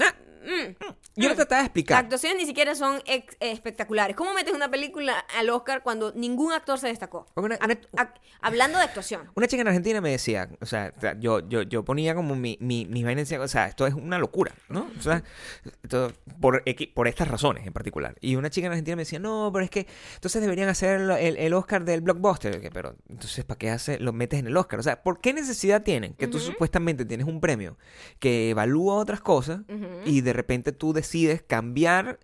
Ah, Yo lo trataba de Las explicar. actuaciones ni siquiera son ex- eh, espectaculares. ¿Cómo metes una película al Oscar cuando ningún actor se destacó? Porque Una, una- Ac- hablando de actuación. una chica en Argentina me decía, o sea, tra- yo, yo, yo ponía como mi, mi, mis vainas, decía, o sea, esto es una locura, ¿no? O sea, esto- por, equi- por estas razones en particular. Y una chica en Argentina me decía, no, pero es que entonces deberían hacer el, el- el Oscar del blockbuster. Y que, Pero entonces, ¿para qué hace, lo metes en el Oscar? O sea, ¿por qué necesidad tienen que tú supuestamente tienes un premio que evalúa otras cosas y de repente tú decides cambiar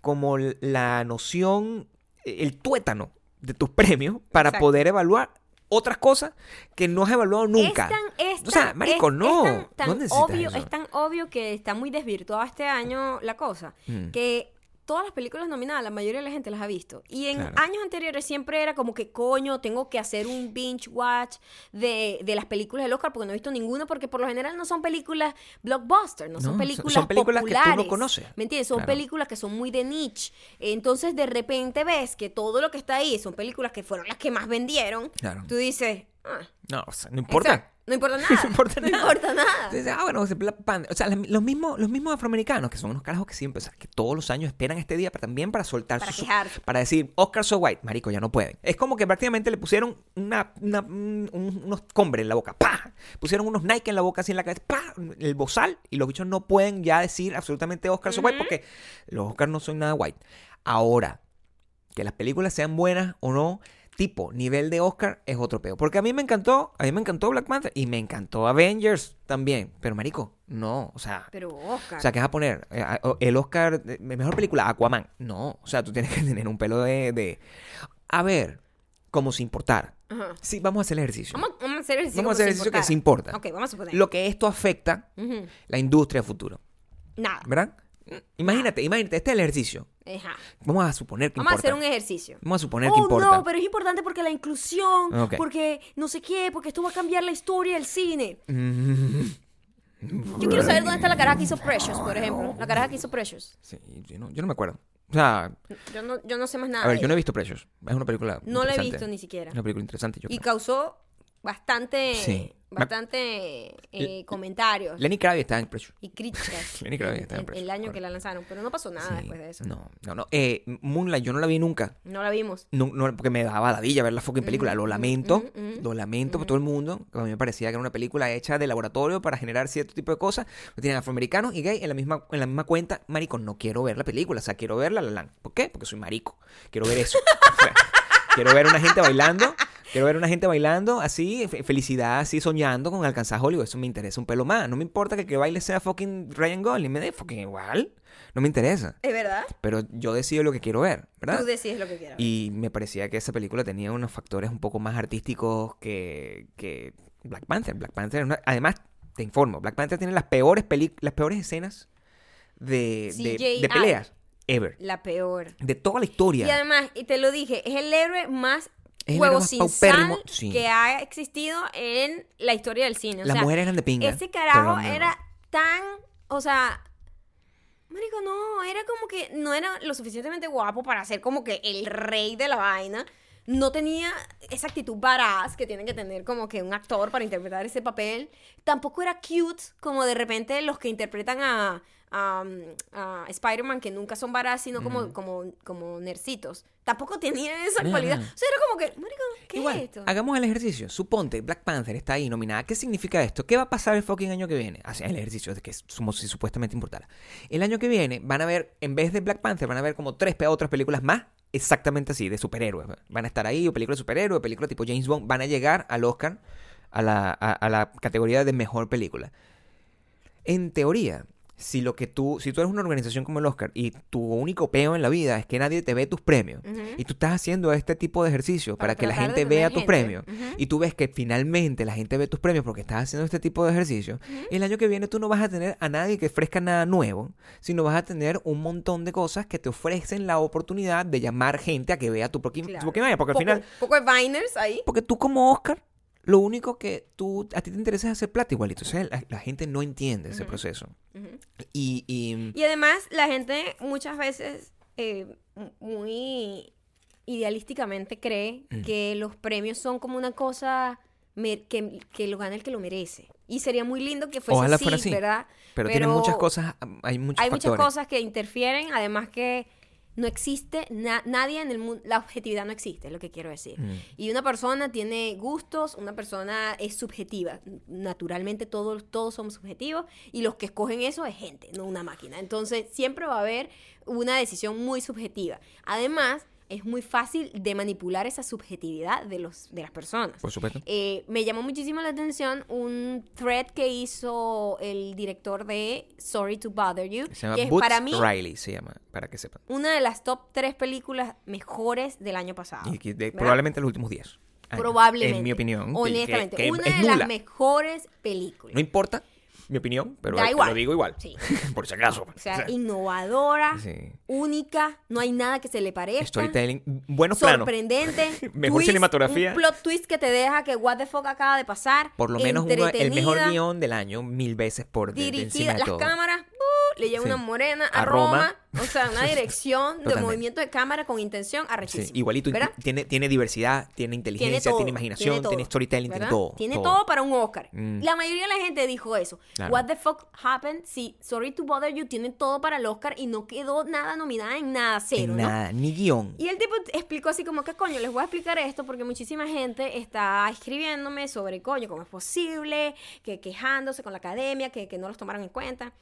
como l- la noción, e-, el tuétano de tus premios para Exacto. poder evaluar otras cosas que no has evaluado Es nunca. tan, es o sea, tan- marico, es- no. es tan, tan no necesitas obvio, eso. es tan obvio que está muy desvirtuada este año la cosa. Mm. Que todas las películas nominadas, la mayoría de la gente las ha visto. Y en Claro. años anteriores siempre era como que, coño, tengo que hacer un binge watch de, de las películas del Oscar porque no he visto ninguna, porque por lo general no son películas blockbuster, no, No, son son- películas son películas que tú no populares, conoces. ¿Me entiendes? Son Claro. películas que son muy de niche. Entonces, de repente ves que todo lo que está ahí son películas que fueron las que más vendieron. Claro. Tú dices, ah, No, o sea, no importa. Exacto. No importa nada. *laughs* No importa nada. *laughs* nada. Entonces, ah, bueno, Black Panther. O sea, la- los mismos, los mismos afroamericanos, que son unos carajos que siempre, o sea, que todos los años esperan este día para, también para soltar Para su- quejarse. Para decir, Oscar so white, marico, ya no pueden. Es como que prácticamente le pusieron una, una- un- un- unos combres en la boca, pa Pusieron unos Nike en la boca, así en la cabeza, pa El bozal, y los bichos no pueden ya decir absolutamente Oscar so white, porque los Oscars no son nada white. Ahora, que las películas sean buenas o no, tipo, nivel de Oscar es otro peo. Porque a mí me encantó, a mí me encantó Black Panther y me encantó Avengers también. Pero marico, no, o sea, Pero Oscar. o sea, ¿qué vas a poner? Eh, a- o- El Oscar, de- mejor película, Aquaman. No, o sea, tú tienes que *laughs* tener un pelo de... de- A ver, como sin importar. Ajá. Sí, vamos a hacer el ejercicio. Vamos, vamos a hacer ejercicio. Vamos a como hacer si ejercicio que importara. se importa. Ok, vamos a suponer. Lo que esto afecta Ujú. la industria a futuro, Nada. ¿verdad? Imagínate, imagínate, este es el ejercicio. Ajá. Vamos a suponer que Vamos a importa. hacer un ejercicio. Vamos a suponer oh, que importa. no, pero es importante porque la inclusión, Ok. porque no sé qué, porque esto va a cambiar la historia del cine. Mm. Yo quiero saber dónde está la caraja que hizo Precious, por ejemplo. La caraja que hizo Precious. Sí, yo, no, yo no me acuerdo. O sea, Yo no, yo no sé más nada. a ver, de yo no ella. he visto Precious. Es una película. No la he interesante. visto ni siquiera. Es una película interesante. Yo Y creo. causó bastante, Sí. bastante eh, comentarios Lenny Kravitz está en Precious. y *laughs* críticas Lenny Kravitz está en el- Precious, el año que correcto. la lanzaron, pero no pasó nada Sí, Ah, después de eso. No, no, no. Eh, Moonlight, yo no la vi nunca. No la vimos. No, no, porque me daba ladilla ver la fucking película. Lo lamento, ujú, ujú, lo lamento por todo el mundo. A mí me parecía que era una película hecha de laboratorio para generar cierto tipo de cosas. Tienen afroamericanos y gay en la misma, en la misma cuenta. Marico, no quiero ver la película. O sea, quiero ver la La Land. ¿Por qué? Porque soy marico. Quiero ver eso. *laughs* O sea, quiero ver una gente bailando. Quiero ver una gente bailando así, fe- felicidad, así soñando con alcanzar Hollywood. Eso me interesa un pelo más. No me importa que el que baile sea fucking Ryan Gosling. Me da fucking igual. No me interesa. ¿Es verdad? Pero yo decido lo que quiero ver, ¿verdad? Tú decides lo que quieras. Y me parecía que esa película tenía unos factores un poco más artísticos que, que Black Panther. Black Panther, es una- además, te informo, Black Panther tiene las peores, peli- las peores escenas de, de- de CGI. peleas ever. La peor. De toda la historia. Y además, y te lo dije, es el héroe más Es el héroe huevo más sin paupérrimo, sal sí. que ha existido en la historia del cine. O Las sea, mujeres eran de pinga, Ese carajo pero no. era tan. O sea. Marico, no, era como que no era lo suficientemente guapo para ser como que el rey de la vaina. No tenía esa actitud varaz que tiene que tener como que un actor para interpretar ese papel. Tampoco era cute como de repente los que interpretan a, a, um, a Spider-Man que nunca son varaz, sino como, como, como nercitos. Tampoco tenía esa Nada, cualidad. nada. O sea, era como que, marico, ¿qué Igual, es esto? hagamos el ejercicio. Suponte, Black Panther está ahí nominada. ¿Qué significa esto? ¿Qué va a pasar el fucking año que viene? Hacia el ejercicio, de que es como si supuestamente importara. El año que viene van a ver, en vez de Black Panther, van a ver como tres pe- otras películas más, exactamente así, de superhéroes. Van a estar ahí, o películas de superhéroes, películas tipo James Bond, van a llegar al Oscar, a la, a- a la categoría de mejor película. En teoría, si lo que tú, si tú eres una organización como el Oscar y tu único peo en la vida es que nadie te ve tus premios Ujú. y tú estás haciendo este tipo de ejercicio para, Para que la tratar de gente vea tener tus gente. premios Ujú. y tú ves que finalmente la gente ve tus premios porque estás haciendo este tipo de ejercicio, el año que viene tú no vas a tener a nadie que ofrezca nada nuevo, sino vas a tener un montón de cosas que te ofrecen la oportunidad de llamar gente a que vea tu Pokémon, Claro. porque al poco, final poco de Viners ahí. porque tú como Oscar, lo único que tú, a ti te interesa es hacer plata igualito. O sea, la, la gente no entiende ese proceso. Y, y- Y además, la gente muchas veces eh, m- muy idealísticamente cree Mm. que los premios son como una cosa mer- que, que lo gana el que lo merece. Y sería muy lindo que fuese Ojalá así, fuera así. ¿verdad? pero, tiene muchas cosas, hay muchos Hay muchas factores. cosas que interfieren, además que no existe na- nadie en el mundo, la objetividad no existe, es lo que quiero decir. Mm. Y una persona tiene gustos, una persona es subjetiva. Naturalmente todos, todos somos subjetivos y los que escogen eso es gente, no una máquina. Entonces siempre va a haber una decisión muy subjetiva. Además, es muy fácil de manipular esa subjetividad de, los, de las personas. Por supuesto. Eh, me llamó muchísimo la atención un thread que hizo el director de Sorry to Bother You, Se llama que es Boots para mí Riley, se llama, para que sepan. una de las top tres películas mejores del año pasado. Y que de- Ah, ¿verdad? probablemente los últimos 10. años, Probablemente. En mi opinión. que- Honestamente, que- que una es de nula. las mejores películas. No importa mi opinión, pero Da te igual. lo digo igual. Sí. *laughs* Por si acaso. o sea, O sea, innovadora, sí. única, no hay nada que se le parezca. Storytelling, buenos planos. sorprendente. *laughs* Mejor twist, cinematografía. Un plot twist que te deja que what the fuck acaba de pasar. Por lo menos uno- el mejor entretenida. guión del año, mil veces por de- de encima dirigida de las todo. cámaras uh, le lleva Sí. una morena a, A Roma. Roma, o sea *laughs* una dirección de Totalmente. movimiento de cámara con intención Sí, arrechísima igualito. y ¿verdad? Tiene, tiene diversidad, tiene inteligencia, tiene, todo, imaginación, tiene, todo, storytelling, ¿verdad? tiene todo. Mm. Tiene todo, para un Oscar. La mayoría de la gente dijo eso. Claro. What the fuck happened? Sí, Sorry to Bother You tiene todo para el Oscar y no quedó nada nominada en nada, En cero, ¿no? nada, ni guión. Y el tipo t- explicó así como que coño, les voy a explicar esto porque muchísima gente está escribiéndome sobre coño, cómo es posible, que quejándose con la academia, que, que no los tomaron en cuenta.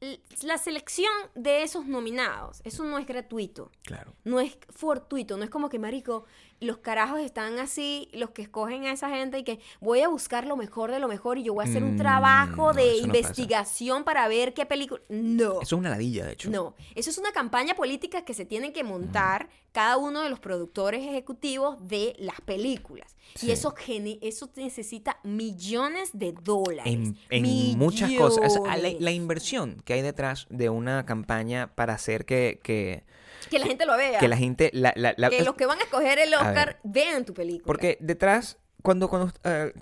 L- La selección de esos nominados, eso no es gratuito, Claro. no es fortuito, no es como que marico, los carajos están así, los que escogen a esa gente y que voy a buscar lo mejor de lo mejor y yo voy a hacer un Mm, trabajo no, de eso no pasa. investigación para ver qué película. No. Eso es una ladilla, de hecho. No, eso es una campaña política que se tiene que montar cada uno de los productores ejecutivos de las películas. Sí. Y eso, gene- eso necesita millones de dólares. En, en muchas cosas. O sea, la, Millones. la inversión que hay detrás de una campaña para hacer que, que, que la gente lo vea. que la gente... La, la- la- que los que van a escoger el A ver. Oscar vean tu película. Porque detrás, cuando, cuando eh,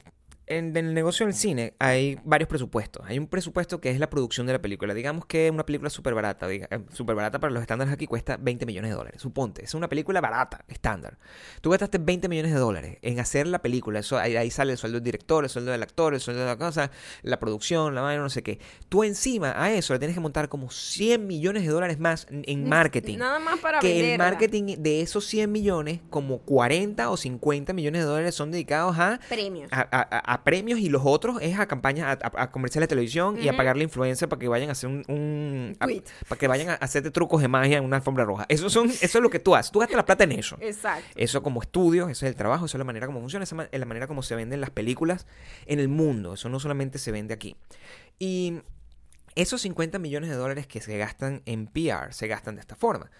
en, en el negocio del cine hay varios presupuestos. Hay un presupuesto que es la producción de la película. Digamos que una película súper barata, diga- eh, súper barata para los estándares aquí cuesta 20 millones de dólares. Suponte, es una película barata, estándar. Tú gastaste 20 millones de dólares en hacer la película. Eso, ahí, ahí sale el sueldo del director, el sueldo del actor, el sueldo de la cosa, la producción, la vaina, no sé qué. Tú encima a eso le tienes que montar como 100 millones de dólares más en, en marketing Nada más para que el venderla. marketing de esos 100 millones, como 40 o 50 millones de dólares son dedicados a, Premios. a, a- a premios y los otros es a campañas, a, a- a comerciales de televisión y a pagar la influencia para que vayan a hacer un... un- a- tweet. para que vayan a hacerte trucos de magia en una alfombra roja. Eso, son, eso es lo que tú haces. Tú gastas la plata en eso. Exacto. Eso como estudios, eso es el trabajo, eso es la manera como funciona, esa ma- es la manera como se venden las películas en el mundo. Eso no solamente se vende aquí. Y esos 50 millones de dólares que se gastan en PR se gastan de esta forma,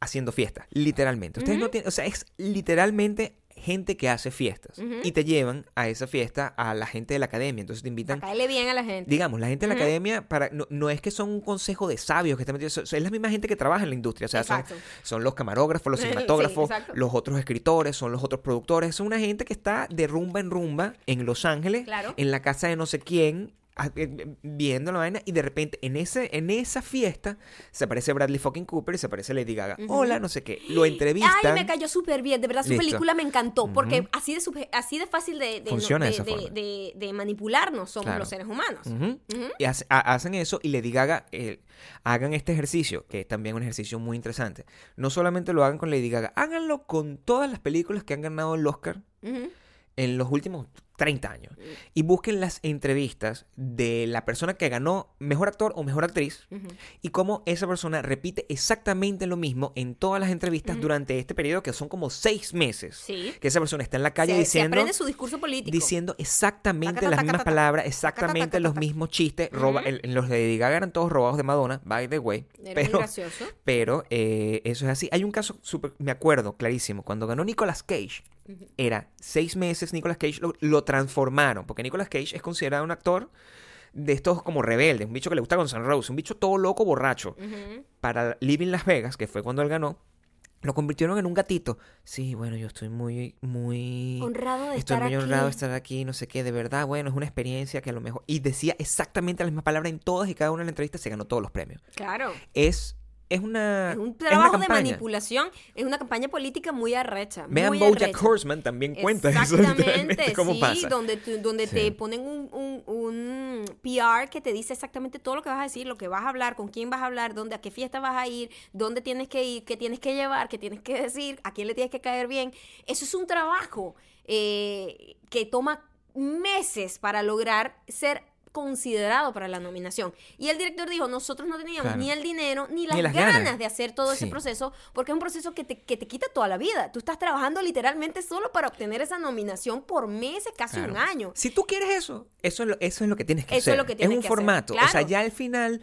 haciendo fiestas, literalmente. Ustedes no tienen, o sea, es literalmente gente que hace fiestas y te llevan a esa fiesta a la gente de la academia, entonces te invitan Para caerle bien a la gente. Digamos, la gente de la academia para, no, no es que son un consejo de sabios que están metidos, son- son- es la misma gente que trabaja en la industria. O sea, son, Exacto. son los camarógrafos, *laughs* los Sí, cinematógrafos, exacto. los otros escritores, son los otros productores. Son una gente que está de rumba en rumba en Los Ángeles, Claro. en la casa de no sé quién, a- eh, viendo la vaina, y de repente en, ese, en esa fiesta se aparece Bradley fucking Cooper y se aparece Lady Gaga. Hola, no sé qué. Lo entrevistan. Ay, me cayó súper bien. De verdad, su Listo. película me encantó. Porque así, de subje- así de fácil de, de- Funciona de- de esa de- forma. de- de manipularnos somos Claro. los seres humanos. Ujú. Y hace- ha- hacen eso y Lady Gaga, eh, hagan este ejercicio, que es también un ejercicio muy interesante. No solamente lo hagan con Lady Gaga, háganlo con todas las películas que han ganado el Oscar Ujú. en los últimos 30 años y busquen las entrevistas de la persona que ganó mejor actor o mejor actriz Ujú. y cómo esa persona repite exactamente lo mismo en todas las entrevistas durante este periodo que son como seis meses. Sí. Que esa persona está en la calle Se, se diciendo aprende su discurso político. diciendo exactamente Tacata, las tacata, mismas tacata. palabras, Tacata, exactamente tacata, los tacata. mismos chistes. roba- el- en los de Lady Gaga eran todos robados de Madonna, by the way. Era muy Pero, gracioso. pero eh, eso es así. Hay un caso, súper- me acuerdo clarísimo, cuando ganó Nicolas Cage, era seis meses Nicolas Cage, lo, lo transformaron, porque Nicolas Cage es considerado un actor de estos como rebeldes, un bicho que le gusta con San Rose, un bicho todo loco, borracho. Ujú. Para Living Las Vegas, que fue cuando él ganó, lo convirtieron en un gatito. Sí, bueno, yo estoy muy, muy... Honrado de Estoy estar muy aquí. honrado de estar aquí, no sé qué, de verdad, bueno, es una experiencia que a lo mejor... Y decía exactamente las mismas palabras en todas y cada una de las entrevistas, se ganó todos los premios. Claro. Es, Ah, es una... Es un una trabajo de campaña. manipulación, es una campaña política muy arrecha. Vean muy arrecha. Bojack Horseman también cuenta *laughs* eso literalmente, *laughs* Exactamente, cómo sí, pasa. donde, tú- donde Sí. te ponen un, un- un PR que te dice exactamente todo lo que vas a decir, lo que vas a hablar, con quién vas a hablar, dónde, a qué fiesta vas a ir, dónde tienes que ir, qué tienes que llevar, qué tienes que decir, a quién le tienes que caer bien. Eso es un trabajo eh, que toma meses para lograr ser considerado para la nominación. Y el director dijo, nosotros no teníamos Claro. ni el dinero ni las, las ganas. ganas. de hacer todo ese Sí. proceso proceso, porque es un proceso que te, que te quita toda la vida. Tú estás trabajando literalmente solo para obtener esa nominación por meses, casi Claro. un año. Si tú quieres eso, eso es lo, eso es lo que tienes que Eso hacer. es lo que tienes un que hacer, formato. O sea, claro. ya al final,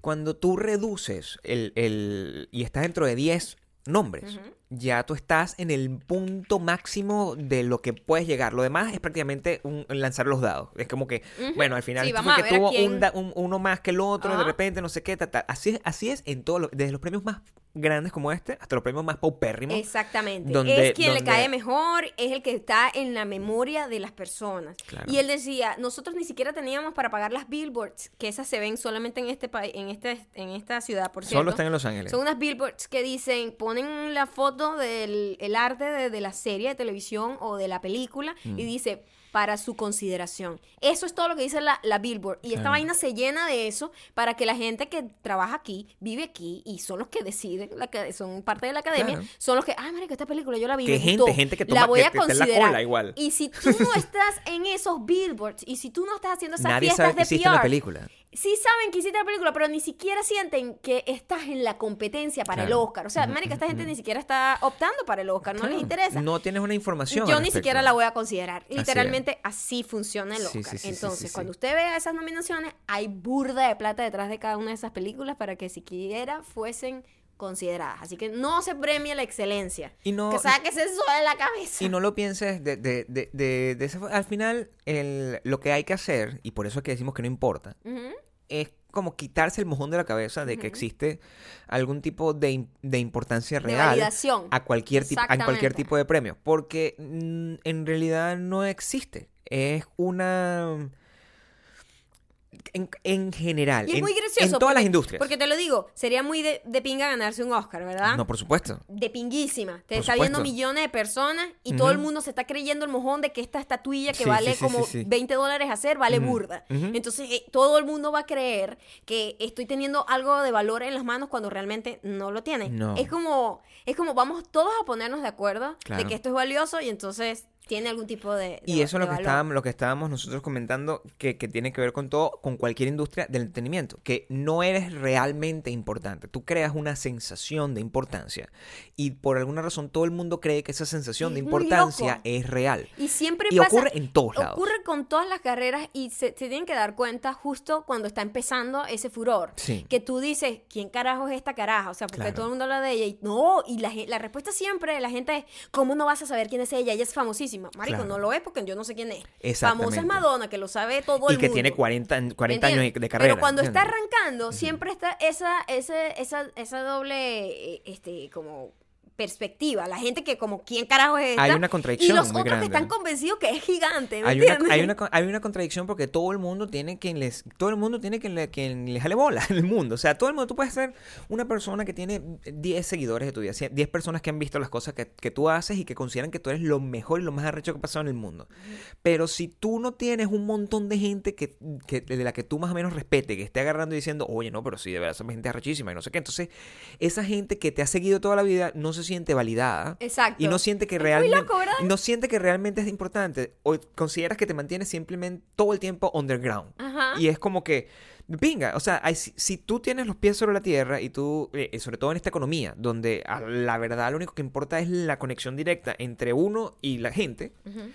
cuando tú reduces el, el- y estás dentro de 10 nombres, ya tú estás en el punto máximo de lo que puedes llegar. Lo demás es prácticamente un, lanzar los dados. Es como que, bueno, al final Sí, este vamos fue a que ver a tuvo quién- un da- un- uno más que el otro, de Ajá. repente, no sé qué, tal, tal. Así es, así es en todos los, desde los premios más grandes como este hasta los premios más paupérrimos. Exactamente. Donde- es quien donde- le cae mejor, es el que está en la memoria de las personas. Claro. Y él decía, nosotros ni siquiera teníamos para pagar las billboards, que esas se ven solamente en este país, en este, en esta ciudad, por cierto. Solo están en Los Ángeles. Son unas billboards que dicen, ponen la foto del el arte de, de la serie de televisión o de la película Mm. y dice, para su consideración. Eso es todo lo que dice la, la billboard. Y esta Claro. vaina se llena de eso para que la gente que trabaja aquí, vive aquí y son los que deciden, la que son parte de la academia, Claro. son los que, ah, marico, esta película yo la vi. Que me gente, gustó, gente que toma- la voy que a te- te la considerar. cola igual. Y si tú *laughs* no estás en esos billboards y si tú no estás haciendo esas Nadie fiestas sabe que de hiciste PR, una película. sí saben que hiciste la película, pero ni siquiera sienten que estás en la competencia para Claro. el Oscar. O sea, marica, esta gente ni siquiera está optando para el Oscar, no les Claro, interesa. No tienes una información. Yo al ni respecto. siquiera la voy a considerar. es. Literalmente así funciona el Sí, Oscar. sí, sí, sí, Entonces, sí, sí. cuando usted vea esas nominaciones, hay burda de plata detrás de cada una de esas películas para que siquiera fuesen consideradas. Así que no se premia la excelencia. Y no- que saques eso de la cabeza. Y no lo pienses de, de, de, de- de esa fo- Al final, el- lo que hay que hacer, y por eso es que decimos que no importa, Ujú. es como quitarse el mojón de la cabeza de que existe algún tipo de, im- de importancia De real validación. a cualquier, tipo a cualquier Exactamente. tipo de premio. Porque mm, en realidad no existe. Es una... En, en general, Y es en, muy en gracioso. todas las porque- industrias. Porque te lo digo, sería muy de, de pinga ganarse un Oscar, ¿verdad? No, por supuesto. de pinguísima. Te Por está viendo supuesto. millones de personas y Ujú. todo el mundo se está creyendo el mojón de que esta estatuilla que Sí, vale sí, sí, como sí, sí. 20 dólares hacer vale Ujú, burda. ujú. Entonces eh, todo el mundo va a creer que estoy teniendo algo de valor en las manos cuando realmente no lo tiene. No. Es como es como vamos todos a ponernos de acuerdo Claro. de que esto es valioso y entonces tiene algún tipo de, de Y va- eso es lo de que, valor. estábamos, lo que estábamos nosotros comentando, que, que tiene que ver con todo, con cualquier industria del entretenimiento, que no eres realmente importante. Tú creas una sensación de importancia y por alguna razón todo el mundo cree que esa sensación de Es muy importancia loco. es real. Y siempre Y pasa- ocurre en todos lados. Ocurre con todas las carreras y se, se tienen que dar cuenta justo cuando está empezando ese furor. Sí. Que tú dices, ¿quién carajo es esta caraja? O sea, porque Claro. todo el mundo habla de ella y no, y la, gen- la respuesta siempre de la gente es, ¿cómo no vas a saber quién es ella? Ella es famosísima. Marico, Claro. no lo es porque yo no sé quién es. Exactamente. Famosa es Madonna, que lo sabe todo el Y que mundo. tiene 40, en- 40 años ¿Entiendes? de- de carrera. Pero cuando está ¿entiendes? arrancando, siempre está esa, esa, esa, esa doble, eh, este, como perspectiva. La gente que como, ¿quién carajo es esta? Hay una contradicción Y los muy otros grande. que están convencidos que es gigante, ¿me hay una, entiendes? hay, una, co- hay una contradicción porque todo el mundo tiene quien les todo el mundo tiene quien le, quien le jale bola *laughs* en el mundo o sea todo el mundo tú puedes ser una persona que tiene 10 seguidores de tu vida 100 10 personas que han visto las cosas que, que tú haces y que consideran que tú eres lo mejor y lo más arrecho que ha pasado en el mundo pero si tú no tienes un montón de gente que, que- de la que tú más o menos respete que esté agarrando y diciendo oye no pero sí de verdad esa gente es arrechísima y no sé qué entonces esa gente que te ha seguido toda la vida no se siente validada *laughs* Exacto. y no siente que Es muy realmente loco, ¿verdad? no siente que realmente es importante o consideras que te mantienes simplemente todo el tiempo underground Ajá. y es como que venga o sea hay- si, si tú tienes los pies sobre la tierra y tú eh, sobre todo en esta economía donde a la verdad lo único que importa es la conexión directa entre uno y la gente Ujú.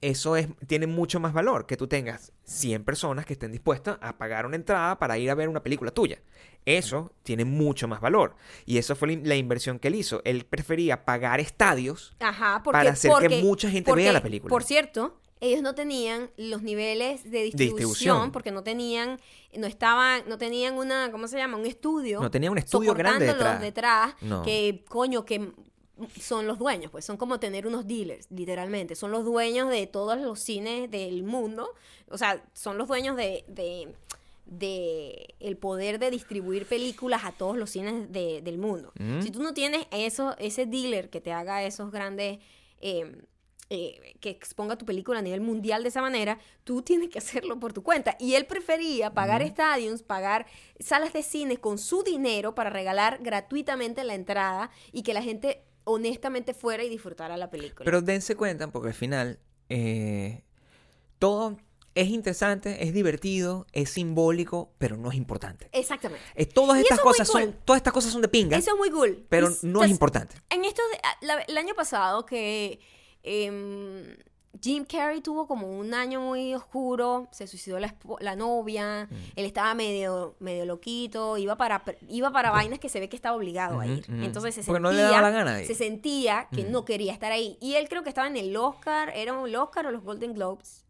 eso es, tiene mucho más valor que tú tengas 100 personas que estén dispuestas a pagar una entrada para ir a ver una película tuya. Eso tiene mucho más valor. Y eso fue la in- la inversión que él hizo. Él prefería pagar estadios. Ajá, porque, Para hacer que porque- mucha gente porque, vea la película. Por cierto, ellos no tenían los niveles de distribución, distribución. porque no tenían, no estaban, no tenían una, ¿cómo se llama? Un estudio. No tenían un estudio grande soportándolos detrás. No. Que coño, que son los dueños, pues son como tener unos dealers, literalmente. Son los dueños de todos los cines del mundo. O sea, son los dueños de, de, de el poder de distribuir películas a todos los cines de- del mundo. Mm. Si tú no tienes eso, ese dealer que te haga esos grandes. eh, eh, que exponga tu película a nivel mundial de esa manera, tú tienes que hacerlo por tu cuenta. Y él prefería pagar estadios, pagar salas de cine con su dinero para regalar gratuitamente la entrada y que la gente honestamente fuera y disfrutara la película. Pero dense cuenta, porque al final eh, todo es interesante, es divertido, es simbólico, pero no es importante. Exactamente. Eh, todas, Y estas eso es muy cosas son, cool. todas estas cosas son de pinga, Eso es pues muy cool. pero Y- no o sea, es importante. En esto, de- a- la- el año pasado que em, Jim Carrey tuvo como un año muy oscuro, se suicidó la, espo- la novia, Mm. él estaba medio, medio loquito, iba para, pre- iba para vainas que se ve que estaba obligado a Mm. Ujú, ir. ujú. Entonces se Porque sentía, no le daba la gana de ir. Mm. se sentía que no quería estar ahí. Y él creo que estaba en el Oscar, era un Oscar o los Golden Globes.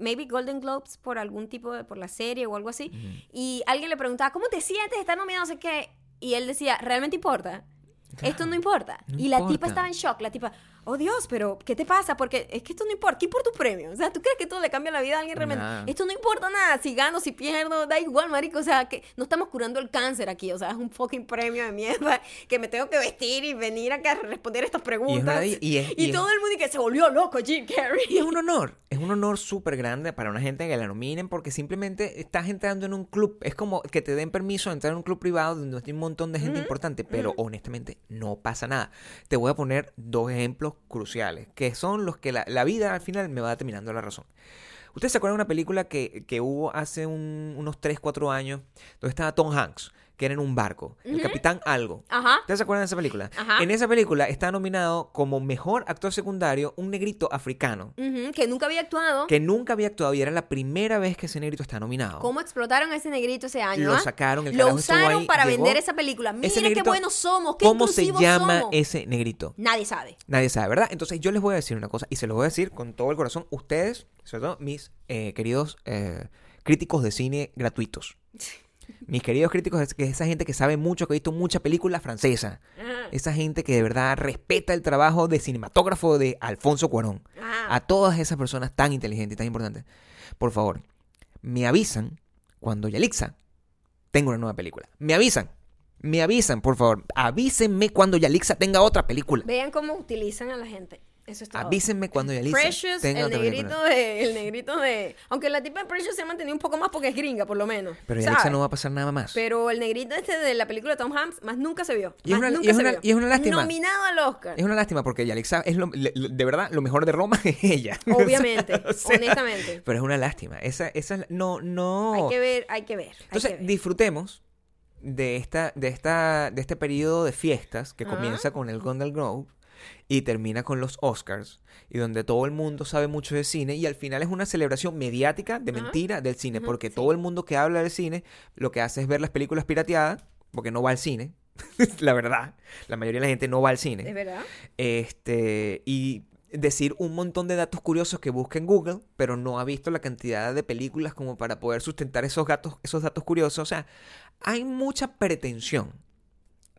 Maybe Golden Globes por algún tipo de, por la serie o algo así. Y alguien le preguntaba, ¿cómo te sientes? ¿Estás nominado? No sé qué. Y él decía, ¿realmente importa? Esto no importa. No y la importa. tipa estaba en shock. La tipa, oh Dios, pero ¿qué te pasa? Porque es que esto no importa. ¿Qué importa tu premio? O sea, ¿tú crees que esto le cambia la vida a alguien realmente? Nada. Esto no importa nada. Si gano, si pierdo, da igual, marico. O sea, que no estamos curando el cáncer aquí. O sea, es un fucking premio de mierda que me tengo que vestir y venir acá a responder estas preguntas. verdad, y- y es- y es- todo el mundo y que se volvió loco Jim Carrey. Y es *laughs* un honor, es un honor súper grande para una gente que la nominen porque simplemente estás entrando en un club. Es como que te den permiso de entrar en un club privado donde hay un montón de gente importante, pero honestamente no pasa nada. Te voy a poner dos ejemplos cruciales, que son los que la, la vida al final me va determinando la razón. ¿Ustedes se acuerdan de una película que, que hubo hace un- unos 3, 4 años, donde estaba Tom Hanks, que era en un barco, el capitán algo? Ajá. ¿Ustedes se acuerdan de esa película? Ajá. En esa película está nominado como mejor actor secundario un negrito africano Ujú, que nunca había actuado. que nunca había actuado y era la primera vez que ese negrito está nominado. ¿Cómo explotaron a ese negrito ese año? Lo ah? sacaron, el Lo carajo estuvo usaron ahí, para llegó. vender esa película. Mira Ese qué negrito, buenos somos, qué ¿Cómo se inclusivos llama somos. ese negrito? Nadie sabe. Nadie sabe, ¿verdad? Entonces yo les voy a decir una cosa y se los voy a decir con todo el corazón. Ustedes, sobre todo mis eh, queridos eh, críticos de cine *laughs* gratuitos. Mis queridos críticos, es- que es esa gente que sabe mucho, que ha visto mucha película francesa. Ah, Esa gente que de verdad respeta el trabajo de cinematógrafo de Alfonso Cuarón. ah. a todas esas personas tan inteligentes y tan importantes, por favor, me avisan cuando Yalixa tenga una nueva película. Me avisan. Me avisan, por favor. Avísenme cuando Yalixa tenga otra película. Vean cómo utilizan a la gente. Eso es todo. Avísenme cuando Yalixa Precious, tenga el otra negrito, película. de, el negrito de... Aunque la tipa de Precious se ha mantenido un poco más porque es gringa, por lo menos. Pero ¿sabes? Yalixa no va a pasar nada más. Pero el negrito este de la película de Tom Hanks, más nunca se vio. Y Más es una- y nunca es se una- vio. y es una lástima. Nominado al Oscar. Es una lástima porque Yalixa es lo- le- le- de verdad lo mejor de Roma *laughs* es ella. O sea, *laughs* Obviamente, honestamente. Pero es una lástima. Esa, esa es la- no, no. Hay que ver, hay que ver. hay Entonces, que ver. disfrutemos de esta, de esta, de este periodo de fiestas que Ajá. comienza con el Golden Globe y termina con los Oscars y donde todo el mundo sabe mucho de cine y al final es una celebración mediática de Ajá. mentira del cine Ajá, porque sí. todo el mundo que habla del cine lo que hace es ver las películas pirateadas porque no va al cine *laughs* la verdad la mayoría de la gente no va al ¿Es cine verdad? este y decir un montón de datos curiosos que busca en Google, pero no ha visto la cantidad de películas como para poder sustentar esos gatos, esos datos curiosos. O sea, hay mucha pretensión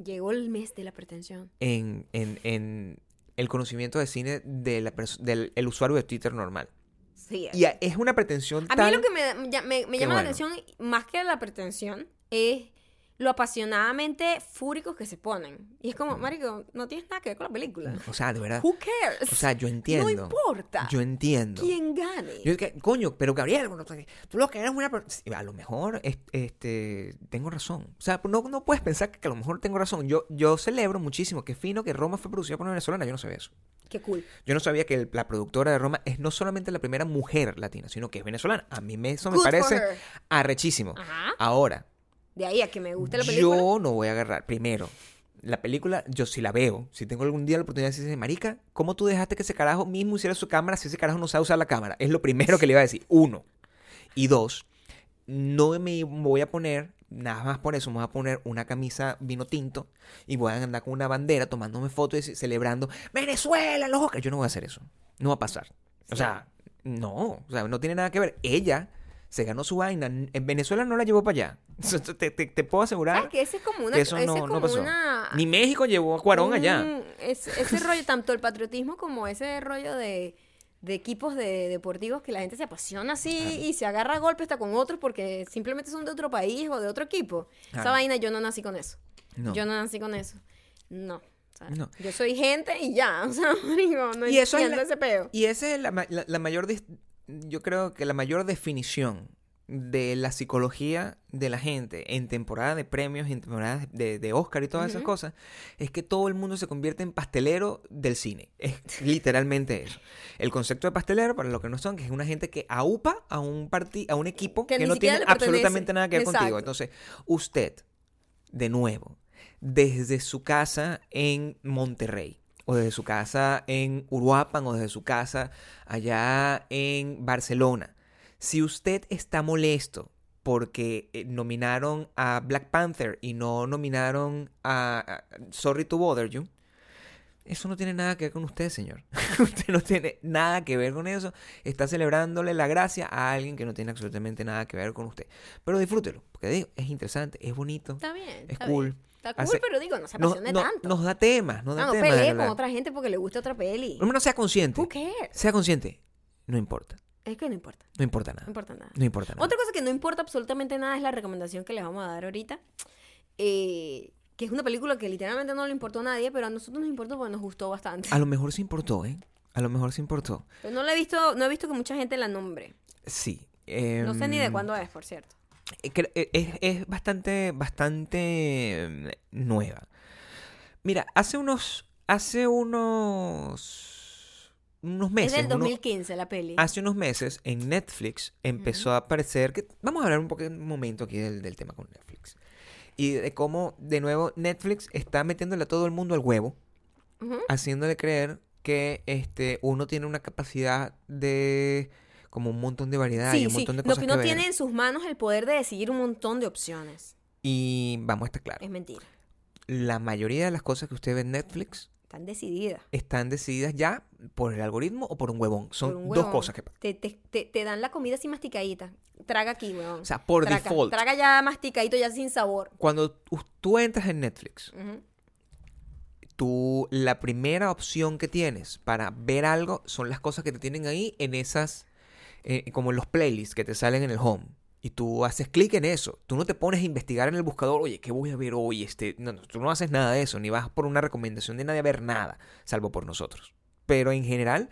Llegó el mes de la pretensión. en, en- en el conocimiento de cine de la pers- del el usuario de Twitter normal. Sí. Y a- es una pretensión A tan... mí lo que me, me- me- me Qué llama la bueno. atención, más que la pretensión, es lo apasionadamente fúricos que se ponen. Y es como, marico, no tienes nada que ver con la película. O sea, de verdad. Who cares? O sea, yo entiendo. No importa. Yo entiendo. ¿Quién gane? Yo es que, coño, pero Gabriel, bueno, tú lo que eres una per- Sí, A lo mejor es- este, tengo razón. O sea, no, no puedes pensar que a lo mejor tengo razón. Yo, yo celebro muchísimo que fino que Roma fue producida por una venezolana. Yo no sabía eso. Qué cool. Yo no sabía que el- la productora de Roma es no solamente la primera mujer latina, sino que es venezolana. A mí me, eso me Good for parece her. arrechísimo. Ajá. Ahora, De ahí a que me guste la película. yo no voy a agarrar. Primero, la película, yo si la veo, si tengo algún día la oportunidad de decir, Marica, ¿cómo tú dejaste que ese carajo mismo hiciera su cámara si ese carajo no sabe usar la cámara? Es lo primero que le iba a decir. Uno. Y dos, no me voy a poner, nada más por eso, me voy a poner una camisa vino tinto y voy a andar con una bandera tomándome fotos y celebrando Venezuela, los Oscars. Yo no voy a hacer eso. No va a pasar. O sea, no. O sea, no tiene nada que ver. Ella se ganó su vaina. En Venezuela no la llevó para allá. *laughs* Eso Te, te- te puedo asegurar ¿Sabes que ese es como una. que eso ese es no, como no pasó. una. Mm, Ni México llevó a Cuarón un- allá. es- *laughs* ese rollo, tanto el patriotismo como ese rollo de, de equipos de deportivos que la gente se apasiona así y se agarra a golpes hasta con otros porque simplemente son de otro país o de otro equipo. Esa Claro. vaina yo no nací con eso. No. Yo no nací con eso. No. o sea, No. Yo soy gente y ya. *laughs* O sea, marico, no Y eso es entiendo la- ese peo. Y esa es la, ma- la- la mayor, dis- yo creo que la mayor definición de la psicología de la gente en temporada de premios, en temporada de, de Oscar y todas esas cosas, es que todo el mundo se convierte en pastelero del cine. Es literalmente eso. El concepto de pastelero, para los que no son, que es una gente que aupa a un, parti- a un equipo Que que, ni no siquiera tiene le pertenece. absolutamente nada que ver contigo. Exacto. Entonces, usted, de nuevo, desde su casa en Monterrey, o desde su casa en Uruapan, o desde su casa allá en Barcelona. Si usted está molesto porque eh, nominaron a Black Panther y no nominaron a, a- Sorry to Bother You, eso no tiene nada que ver con usted, señor. *laughs* usted no tiene nada que ver con eso. Está celebrándole la gracia a alguien que no tiene absolutamente nada que ver con usted. Pero disfrútelo, porque digo, es interesante, es bonito. Está bien. Es está cool. bien. Está cool, Hace- pero digo, no se Nos, apasione no- tanto. nos da temas, nos no, da no temas. de pelee con verdad. otra gente porque le gusta otra peli. Por lo menos sea consciente. Who cares? Sea consciente. No importa. Es que no importa. No importa nada. No importa nada. No importa nada. Otra cosa que no importa absolutamente nada es la recomendación que les vamos a dar ahorita. eh, que es una película que literalmente no le importó a nadie, pero a nosotros nos importó porque nos gustó bastante. A lo mejor se importó, ¿eh? A lo mejor se importó. Pero no la he visto, no he visto que mucha gente la nombre. Sí. No sé ni de em, cuándo es, por cierto. eh, cre- eh, Es, es bastante, bastante em, nueva. Mira, hace unos, hace unos, unos meses. Ah, es del unos- 2015 la peli. Hace unos meses en Netflix empezó a aparecer que vamos a hablar un poco un momento aquí del, del tema con Netflix y de cómo de nuevo Netflix está metiéndole a todo el mundo al huevo, Ujú. haciéndole creer que este uno tiene una capacidad de como un montón de variedad y sí, un sí. montón de no, cosas que que, no ver. tiene en sus manos el poder de decidir un montón de opciones. Y vamos a estar claros, Es mentira. la mayoría de las cosas que usted ve en Netflix Están decididas. están decididas ya por el algoritmo o por un huevón. Son por un dos huevón. cosas que pasan. Te, te- te- te dan la comida así masticadita. Traga aquí, weón. O sea, por traga, default, Traga ya masticadito, ya sin sabor. cuando u- tú entras en Netflix, Ujú. tú la primera opción que tienes para ver algo son las cosas que te tienen ahí en esas eh, como en los playlists que te salen en el home y tú haces clic en eso tú no te pones a investigar en el buscador oye qué voy a ver hoy este no, no, tú no haces nada de eso ni vas por una recomendación de nadie a ver nada salvo por nosotros pero en general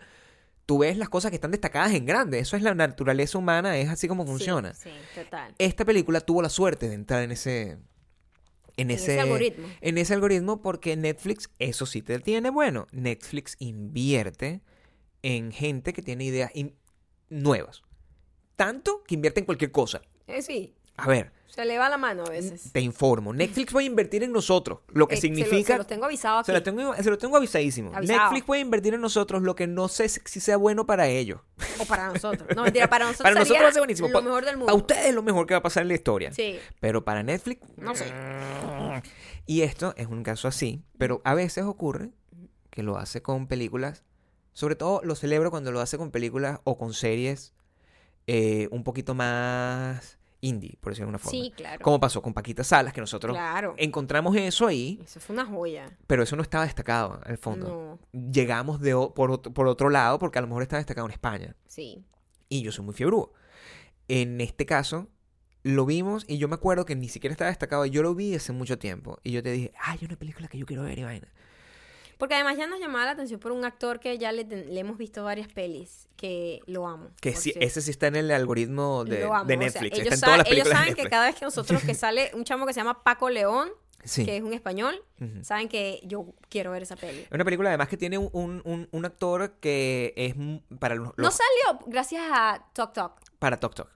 tú ves las cosas que están destacadas en grande eso es la naturaleza humana es así como Sí, funciona Sí, total. esta película tuvo la suerte de entrar en ese en ese, ese algoritmo. en ese algoritmo porque Netflix eso sí te tiene bueno Netflix invierte en gente que tiene ideas in- nuevas tanto que invierte en cualquier cosa Eh, sí, a ver se le va la mano a veces. te informo Netflix va a invertir en nosotros lo que Eh, se lo- significa se los tengo avisado aquí. se lo tengo, se lo tengo avisadísimo. Avisado. Netflix puede invertir en nosotros lo que no sé si sea bueno para ellos. O *laughs* para nosotros. No, mentira, para nosotros Para sería nosotros va a ser buenísimo. lo Pa- mejor del mundo. A ustedes es lo mejor que va a pasar en la historia. Sí. Pero para Netflix, No sé. Mm. Y esto es un caso así, pero a veces ocurre que lo hace con películas, sobre todo lo celebro cuando lo hace con películas o con series eh, un poquito más indie, por decirlo de una forma. Sí, claro. Como pasó con Eh, Paquita Salas, que nosotros Claro. encontramos eso ahí, Eso fue una joya. pero eso no estaba destacado al fondo. No, Llegamos de, o- por, otro, por otro lado porque a lo mejor estaba destacado en España sí. y yo soy muy fiebrudo. En este caso, lo vimos y yo me acuerdo que ni siquiera estaba destacado. Yo lo vi hace mucho tiempo y yo te dije, ay, hay una película que yo quiero ver y vaina. Porque además ya nos llamaba la atención por un actor que ya le, ten- le hemos visto varias pelis, que lo amo. Que por sí, cierto. ese sí está en el algoritmo de, Lo amo, de o sea, Netflix. ellos, está en sa- todas las ellos películas de saben que Netflix. cada vez que nosotros que *laughs* sale un chamo que se llama Paco León, Sí. que es un español, Ujú. saben que yo quiero ver esa peli. Es una película además que tiene un, un- un- un actor que es m- para los, No los- salió gracias a Tok Tok. para Tok Tok.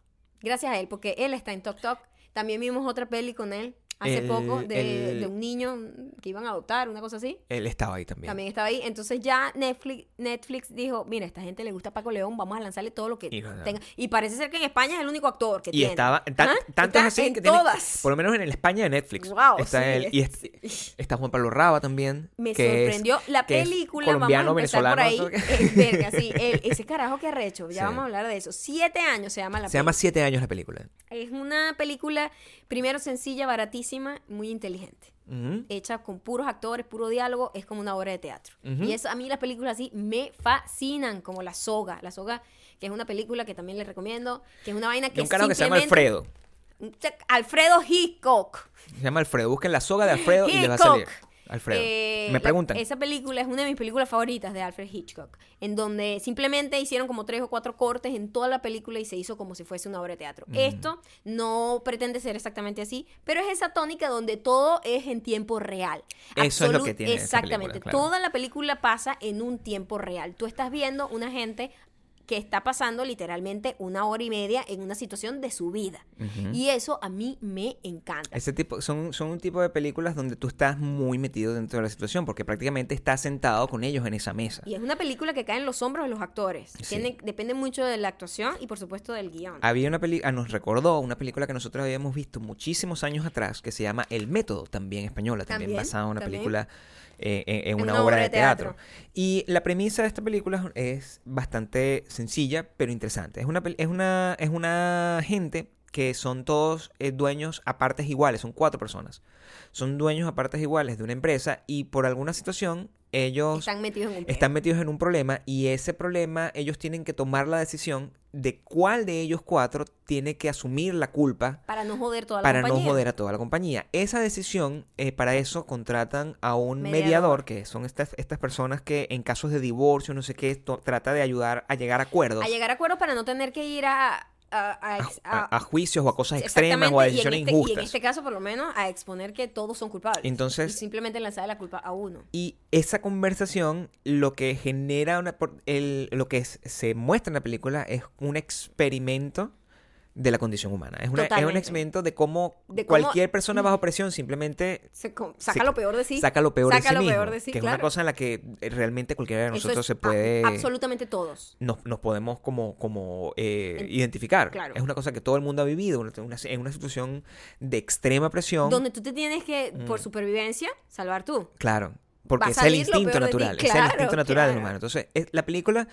Gracias a él, porque él está en Tok Tok. También vimos otra peli con él hace El- poco de, el- de un niño que iban a adoptar, una cosa así. Él estaba ahí también. También estaba ahí. Entonces ya Netflix, Netflix dijo, mira, a esta gente le gusta Paco León, vamos a lanzarle todo lo que Hijo de- tenga. Y parece ser que en España es el único actor que y tiene. estaba tan- Ajá, tantos está así en que tiene- todas. por lo menos en el España de Netflix. Wow, está sí, él y es- es- está Juan Pablo Raba también. Me que es- sorprendió la que es película, colombiano, vamos a empezar por ahí. venezolano, *laughs* Eh, verga, sí, el- ese carajo que arrecho, ya Sí. vamos a hablar de eso. Siete años se llama la se llama Siete años la película. peli. Es una película, primero sencilla, baratísima, muy inteligente. Ujú. Hecha con puros actores, puro diálogo, es como una obra de teatro. Ujú. Y eso, a mí las películas así me fascinan, como La Soga. La Soga, que es una película que también les recomiendo, que es una vaina De que un carajo que se llama simplemente- Alfredo. Alfredo Hitchcock. Se llama Alfredo. Busquen la soga de Alfredo y les va a Hitchcock. salir. Alfredo. Eh, Me la- preguntan. esa película es una de mis películas favoritas de Alfred Hitchcock, en donde simplemente hicieron como tres o cuatro cortes en toda la película y se hizo como si fuese una obra de teatro. Esto no pretende ser exactamente así, pero es esa tónica donde todo es en tiempo real. Eso es lo Absolut- que tiene esa Exactamente. película, claro. Toda la película pasa en un tiempo real. Tú estás viendo una gente que está pasando literalmente una hora y media en una situación de su vida. Y eso a mí me encanta. Ese tipo, son, son un tipo de películas donde tú estás muy metido dentro de la situación porque prácticamente estás sentado con ellos en esa mesa. Y es una película que cae en los hombros de los actores. Sí. Tiene- depende mucho de la actuación y por supuesto del guión. Había una película, nos recordó una película que nosotros habíamos visto muchísimos años atrás que se llama El Método, también española, también, También, basada en una también. película, eh, en, en una, obra, de teatro. Y la premisa de esta película es bastante sencilla, pero interesante. Es una, pel- es una, es una gente que son todos eh, dueños a partes iguales, son cuatro personas. Son dueños a partes iguales de una empresa y por alguna situación ellos Están metidos en un peo. están metidos en un problema y ese problema ellos tienen que tomar la decisión de cuál de ellos cuatro tiene que asumir la culpa para no joder toda la para compañía. no joder a toda la compañía. Esa decisión, eh, para eso contratan a un mediador, Mediador. que son estas, estas personas que en casos de divorcio, no sé qué, to- trata de ayudar a llegar a acuerdos, A llegar a acuerdos para no tener que ir a... a- a- a- a, a- a- a juicios o a cosas extremas exactamente, o a y en decisiones este- Y en injustas. este caso, por lo menos, a exponer que todos son culpables. Entonces- Y simplemente lanzar la culpa a uno. Y esa conversación lo que genera una por- el- lo que es- se muestra en la película es un experimento de la condición humana. Es, una- es un Totalmente. experimento de cómo De cómo- cualquier persona bajo presión simplemente Se com- saca Sí, lo peor de sí. saca lo peor, de, Saca sí lo mismo, peor de sí, que es una claro. cosa en la que eh, realmente cualquiera de Eso nosotros es se a- puede absolutamente todos. nos, nos podemos como, como eh, En- identificar. claro. Es una cosa que todo el mundo ha vivido una- una- en una situación de extrema presión. Donde tú te tienes que, por Mm. supervivencia, salvar tú. Claro, porque a es el salir lo instinto peor de ti, natural, es el claro, instinto natural del claro. humano. Entonces, es- la película,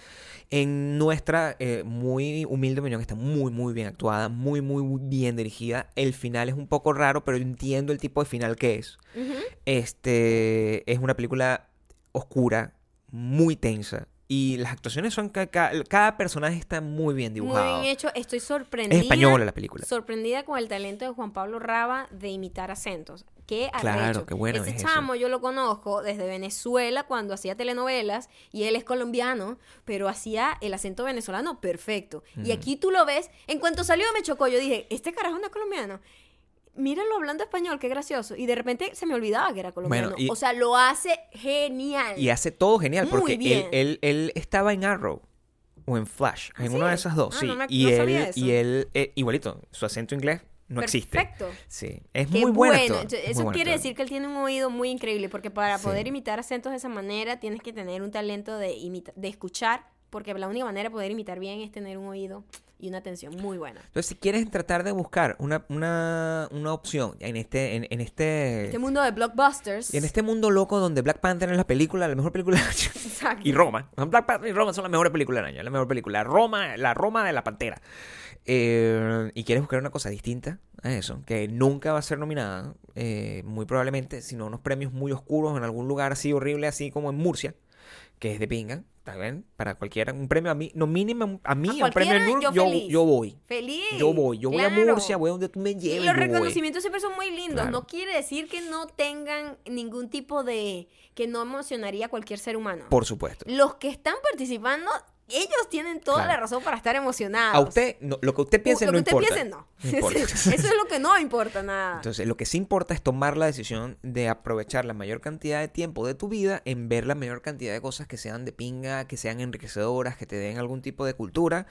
en nuestra eh, muy humilde opinión, está muy, muy bien actuada, muy, muy bien dirigida. El final es un poco raro, pero entiendo el tipo de final que es. Ujú. Este, es una película oscura, muy tensa. Y las actuaciones son... ca- ca- cada personaje está muy bien dibujado. Muy bien hecho. Estoy sorprendida. es española la película. Sorprendida con el talento de Juan Pablo Raba de imitar acentos. Qué Claro, arrecho. qué bueno Ese es eso. chamo yo lo conozco desde Venezuela cuando hacía telenovelas y él es colombiano, pero hacía el acento venezolano perfecto. Mm. Y aquí tú lo ves, en cuanto salió me chocó, yo dije, este carajo no es colombiano. Míralo hablando español, qué gracioso. Y de repente se me olvidaba que era colombiano. y- o sea, lo hace genial. Y hace todo genial, Muy porque él, bien. él, él estaba en Arrow o en Flash, en ¿Ah, una de sí? esas dos, Ah, sí. no me- y, no él, sabía eso. y él, eh, igualito, su acento inglés no existe. Perfecto. Sí, es Qué muy buen bueno. actor, Entonces, muy Eso buen quiere actor. decir que él tiene un oído muy increíble, porque para Sí. poder imitar acentos de esa manera tienes que tener un talento de, imita- de escuchar, porque la única manera de poder imitar bien es tener un oído y una atención muy buena. Entonces, si quieres tratar de buscar una, una, una opción en este, en, en este, Este mundo de blockbusters. en este mundo loco donde Black Panther es la película, la mejor película del año, *laughs* Exacto. y Roma, Black Panther y Roma son la mejor película del año, la mejor película, Roma, la Roma de la Pantera. Eh, y quieres buscar una cosa distinta a eso, que nunca va a ser nominada, eh, muy probablemente, sino unos premios muy oscuros en algún lugar así horrible, así como en Murcia, que es de pinga, está bien, para cualquiera, un premio a mí, no mínimo, a mí, A un premio cualquiera, Nur, yo yo, feliz. yo voy. Feliz. Yo voy, yo voy a claro. Murcia, voy a donde tú me Y lleves. los yo voy. reconocimientos siempre son muy lindos. Claro. No quiere decir que no tengan ningún tipo de. que no emocionaría a cualquier ser humano. Por supuesto. Los que están participando, ellos tienen toda Claro. la razón para estar emocionados. A usted, no, lo que usted piense Uh, Lo no que usted importa. piense, *laughs* no. importa. Eso es lo que no importa nada. Entonces, lo que sí importa es tomar la decisión de aprovechar la mayor cantidad de tiempo de tu vida en ver la mayor cantidad de cosas que sean de pinga, que sean enriquecedoras, que te den algún tipo de cultura.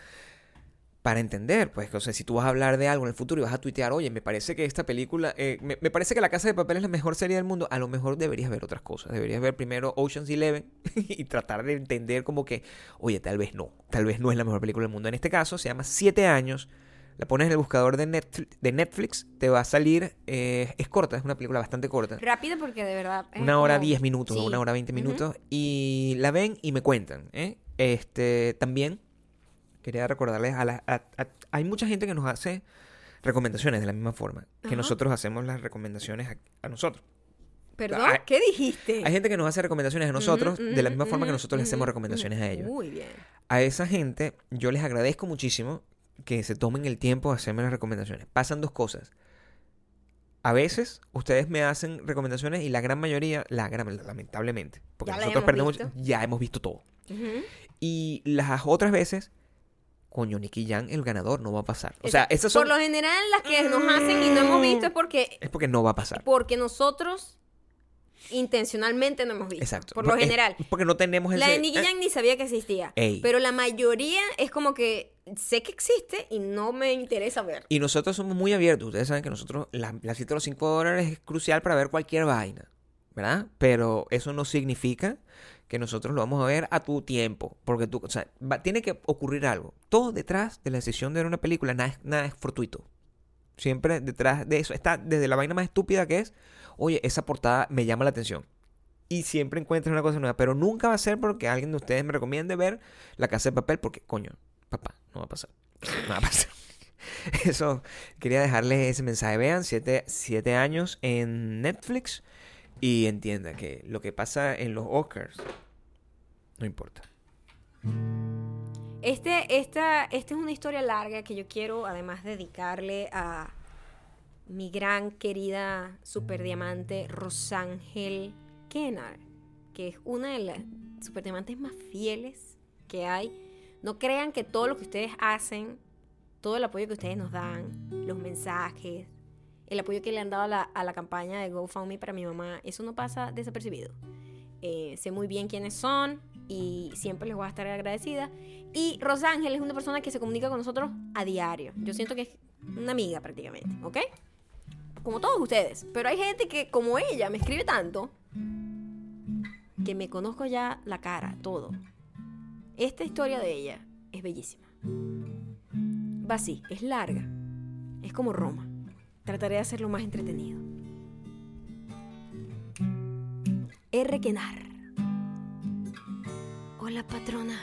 Para entender, pues, o sea, si tú vas a hablar de algo en el futuro y vas a tuitear, oye, me parece que esta película, eh, me, me parece que La Casa de Papel es la mejor serie del mundo, a lo mejor deberías ver otras cosas. Deberías ver primero Ocean's Eleven *laughs* y tratar de entender como que, oye, tal vez no, tal vez no es la mejor película del mundo. En este caso, se llama Siete Años, la pones en el buscador de Netflix, de Netflix te va a salir. eh, es corta, es una película bastante corta. Rápido porque de verdad. es Una hora como- diez minutos, Sí. una hora veinte Ujú. minutos. Y la ven y me cuentan. ¿eh? Este, también quería recordarles a la. a- a- hay mucha gente que nos hace recomendaciones de la misma forma. Que Ajá. nosotros hacemos las recomendaciones a- a nosotros. Perdón, Ah, ¿qué dijiste? Hay gente que nos hace recomendaciones a nosotros Ujú, de la ujú, misma forma que ujú, nosotros les hacemos ujú, recomendaciones a ujú. ellos. Muy bien. a esa gente, yo les agradezco muchísimo que se tomen el tiempo de hacerme las recomendaciones. Pasan dos cosas. A veces ustedes me hacen recomendaciones y la gran mayoría, la gran, lamentablemente, porque Ya la nosotros hemos perdemos, visto. ya hemos visto todo. Ujú. Y las otras veces, coño, Nicky Jan, el ganador, no va a pasar. O sea, Exacto. esas son, Mm. Por lo general, las que nos hacen y no hemos visto es porque, es porque no va a pasar. porque nosotros intencionalmente no hemos visto. Exacto. Por lo Porque- es general. porque no tenemos La ese- de Nicky eh, Jam ni sabía que existía. Ey. Pero la mayoría es como que sé que existe y no me interesa ver. Y nosotros somos muy abiertos. Ustedes saben que nosotros, la, la cita de los 5 dólares es crucial para ver cualquier vaina, ¿verdad? Pero eso no significa que nosotros lo vamos a ver a tu tiempo. Porque tú, o sea, va- tiene que ocurrir algo. Todo detrás de la decisión de ver una película, nada, es- nada es fortuito. Siempre detrás de eso está desde la vaina más estúpida que es, oye, esa portada me llama la atención. Y siempre encuentras una cosa nueva. Pero nunca va a ser porque alguien de ustedes me recomiende ver La Casa de Papel porque, coño, papá, no va a pasar. No va a pasar. *laughs* Eso, quería dejarles ese mensaje. Vean, siete, siete años en Netflix y entienda que lo que pasa en los Oscars no importa. Este, esta, esta es una historia larga que yo quiero además dedicarle a mi gran querida superdiamante Rosángel Kennar, que es una de las superdiamantes más fieles que hay. No crean que todo lo que ustedes hacen, todo el apoyo que ustedes nos dan, los mensajes, el apoyo que le han dado a la, a la campaña de GoFundMe para mi mamá, eso no pasa desapercibido. Eh, sé muy bien quiénes son y siempre les voy a estar agradecida. Y Rosángel es una persona que se comunica con nosotros a diario. Yo siento que es una amiga prácticamente, ¿ok? Como todos ustedes. Pero hay gente que, como ella, me escribe tanto que me conozco ya la cara, todo. Esta historia de ella es bellísima. Va así, es larga. Es como Roma. Trataré de hacerlo más entretenido. R. Kenar. Hola, patrona.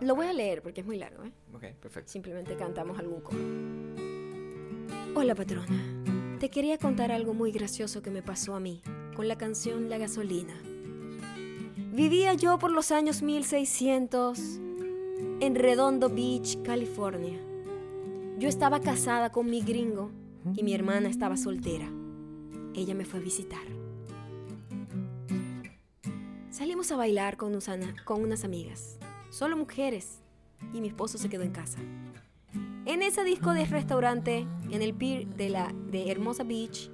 Lo voy a leer porque es muy largo, ¿eh? Ok, perfecto. Simplemente cantamos algún coro. Hola, patrona. Te quería contar algo muy gracioso que me pasó a mí con la canción La gasolina. Vivía yo por los años 1600 en Redondo Beach, California. Yo estaba casada con mi gringo y mi hermana estaba soltera. Ella me fue a visitar. Salimos a bailar con, Usana- con unas amigas, solo mujeres, y mi esposo se quedó en casa. En ese disco de restaurante, en el pier de, la, de Hermosa Beach,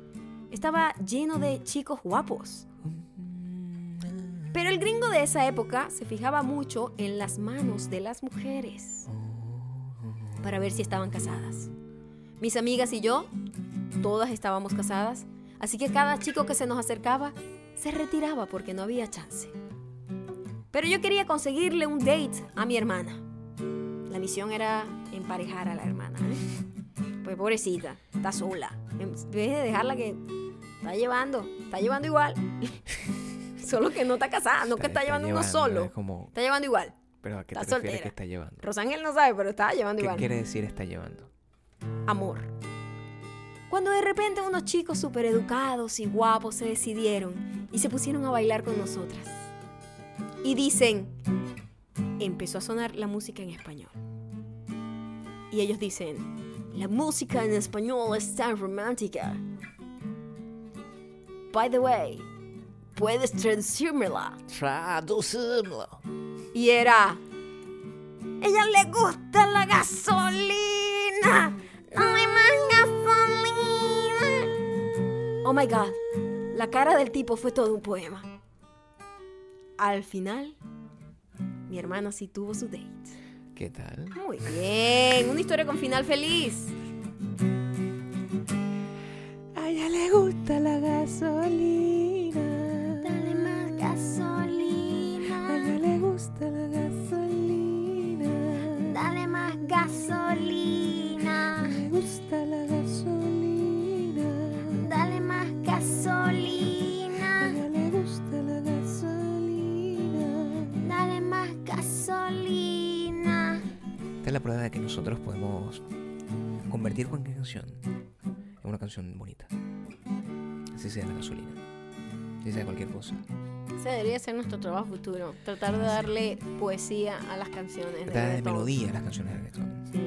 estaba lleno de chicos guapos. Pero el gringo de esa época se fijaba mucho en las manos de las mujeres para ver si estaban casadas. Mis amigas y yo, todas estábamos casadas, así que cada chico que se nos acercaba se retiraba porque no había chance. Pero yo quería conseguirle un date a mi hermana. La misión era emparejar a la hermana. ¿eh? Pues pobrecita, está sola. En vez de dejarla que está llevando, está llevando igual. *laughs* Solo que no está casada, no que está, llevando uno solo. Es eh, como, Está llevando igual. pero ¿a qué Está te refieres soltera. que está llevando? Rosángel no sabe, pero está llevando ¿Qué igual. quiere decir está llevando? amor. Cuando de repente unos chicos súper educados y guapos se decidieron y se pusieron a bailar con nosotras. y dicen, empezó a sonar la música en español. Y ellos dicen, la música en español es tan romántica. By the way, puedes traducírmela. Traducirlo. Y era, ella le gusta la gasolina. No hay más gasolina. Oh my god, la cara del tipo fue todo un poema. Al final, mi hermana sí tuvo su date. ¿Qué tal? Muy bien, una historia con final feliz. A ella le gusta la gasolina. Dale más gasolina. le gusta la gasolina. Dale más gasolina. Le gusta la gasolina. Dale más gasolina. le gusta la gasolina. Dale más gasolina. Esta es la prueba de que nosotros podemos convertir cualquier canción en una canción bonita. Así sea la gasolina. Así sea cualquier cosa. Ese debería ser nuestro trabajo futuro. Tratar de darle poesía a las canciones. de Tratar de reggaetón. melodía a las canciones de reggaetón. Sí.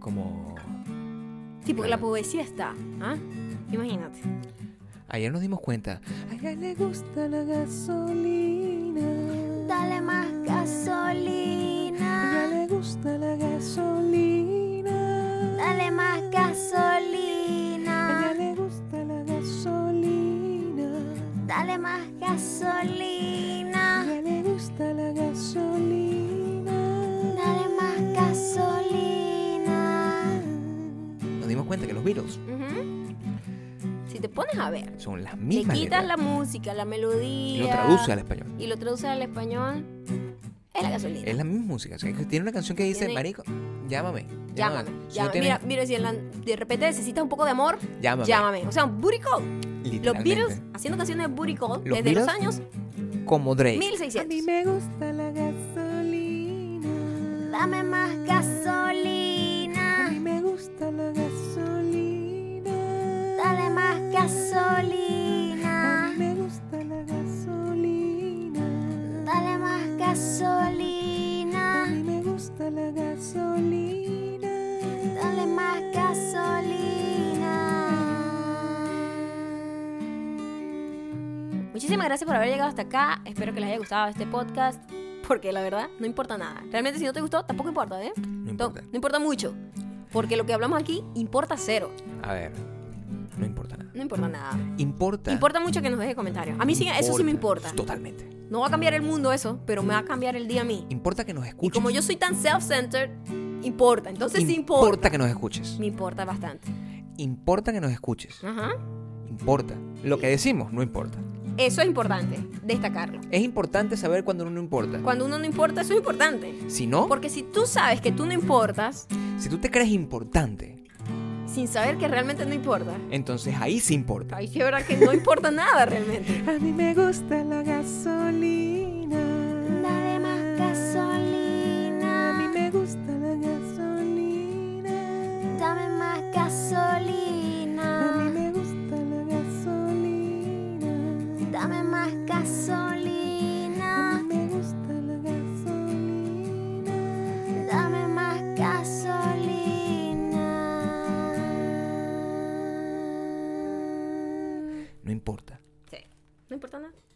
Como Sí, porque la poesía está. ¿ah? Imagínate. ayer nos dimos cuenta. A ella le gusta la gasolina. Dale más A ella gasolina. le gusta la gasolina. Dale más A ella gasolina. le gusta la gasolina. Dale más A gasolina. ella le gusta la gasolina. Dale más gasolina. Nos dimos cuenta que los Beatles Si te pones a ver, son las le mismas quitas la letras música, la melodía. y lo traduce al español. y lo traduces al español, es la gasolina. Es la misma música. o sea, que tiene una canción que dice, Tiene- marico, llámame. Llámame, Si no llámame. tienes- Mira, mira, si en la- de repente necesitas un poco de amor, llámame. llámame. O sea, un booty call. Los Literalmente. Beatles haciendo canciones de booty call Los desde los Beatles, años Como Drake. 1600. me gusta la gasolina. Dame más gasolina, me gusta la gasolina. dale más gasolina, me gusta la gasolina. dale más gasolina, me gusta la gasolina. dale más gasolina. Muchísimas gracias por haber llegado hasta acá. Espero que les haya gustado este podcast. Porque la verdad, no importa nada. Realmente, si no te gustó, tampoco importa, ¿eh? No No, importa. no importa mucho. Porque lo que hablamos aquí importa cero. A ver, no importa nada. No importa nada. Importa. Importa mucho que nos deje comentarios. A mí sí, eso sí me importa. Totalmente. No va a cambiar el mundo eso, pero me va a cambiar el día a mí. Importa que nos Y escuches. como yo soy tan self-centered, importa. Entonces sí importa. que nos escuches. Me importa bastante. Importa que nos escuches. Ajá. Importa. Lo que decimos no importa. Eso es importante, destacarlo. Es importante saber cuando uno no importa. Cuando uno no importa, eso es importante. Si no, Porque si tú sabes que tú no importas, si tú te crees importante, sin saber que realmente no importa, entonces ahí sí importa. ahí sí es verdad que no importa nada realmente. A mí me gusta la gasolina. Dale más gasolina. me gusta la gasolina. Dame más gasolina. me gusta la gasolina. Dame más gasolina. me gusta la gasolina. Dame más gasolina. No importa. Sí, no importa nada.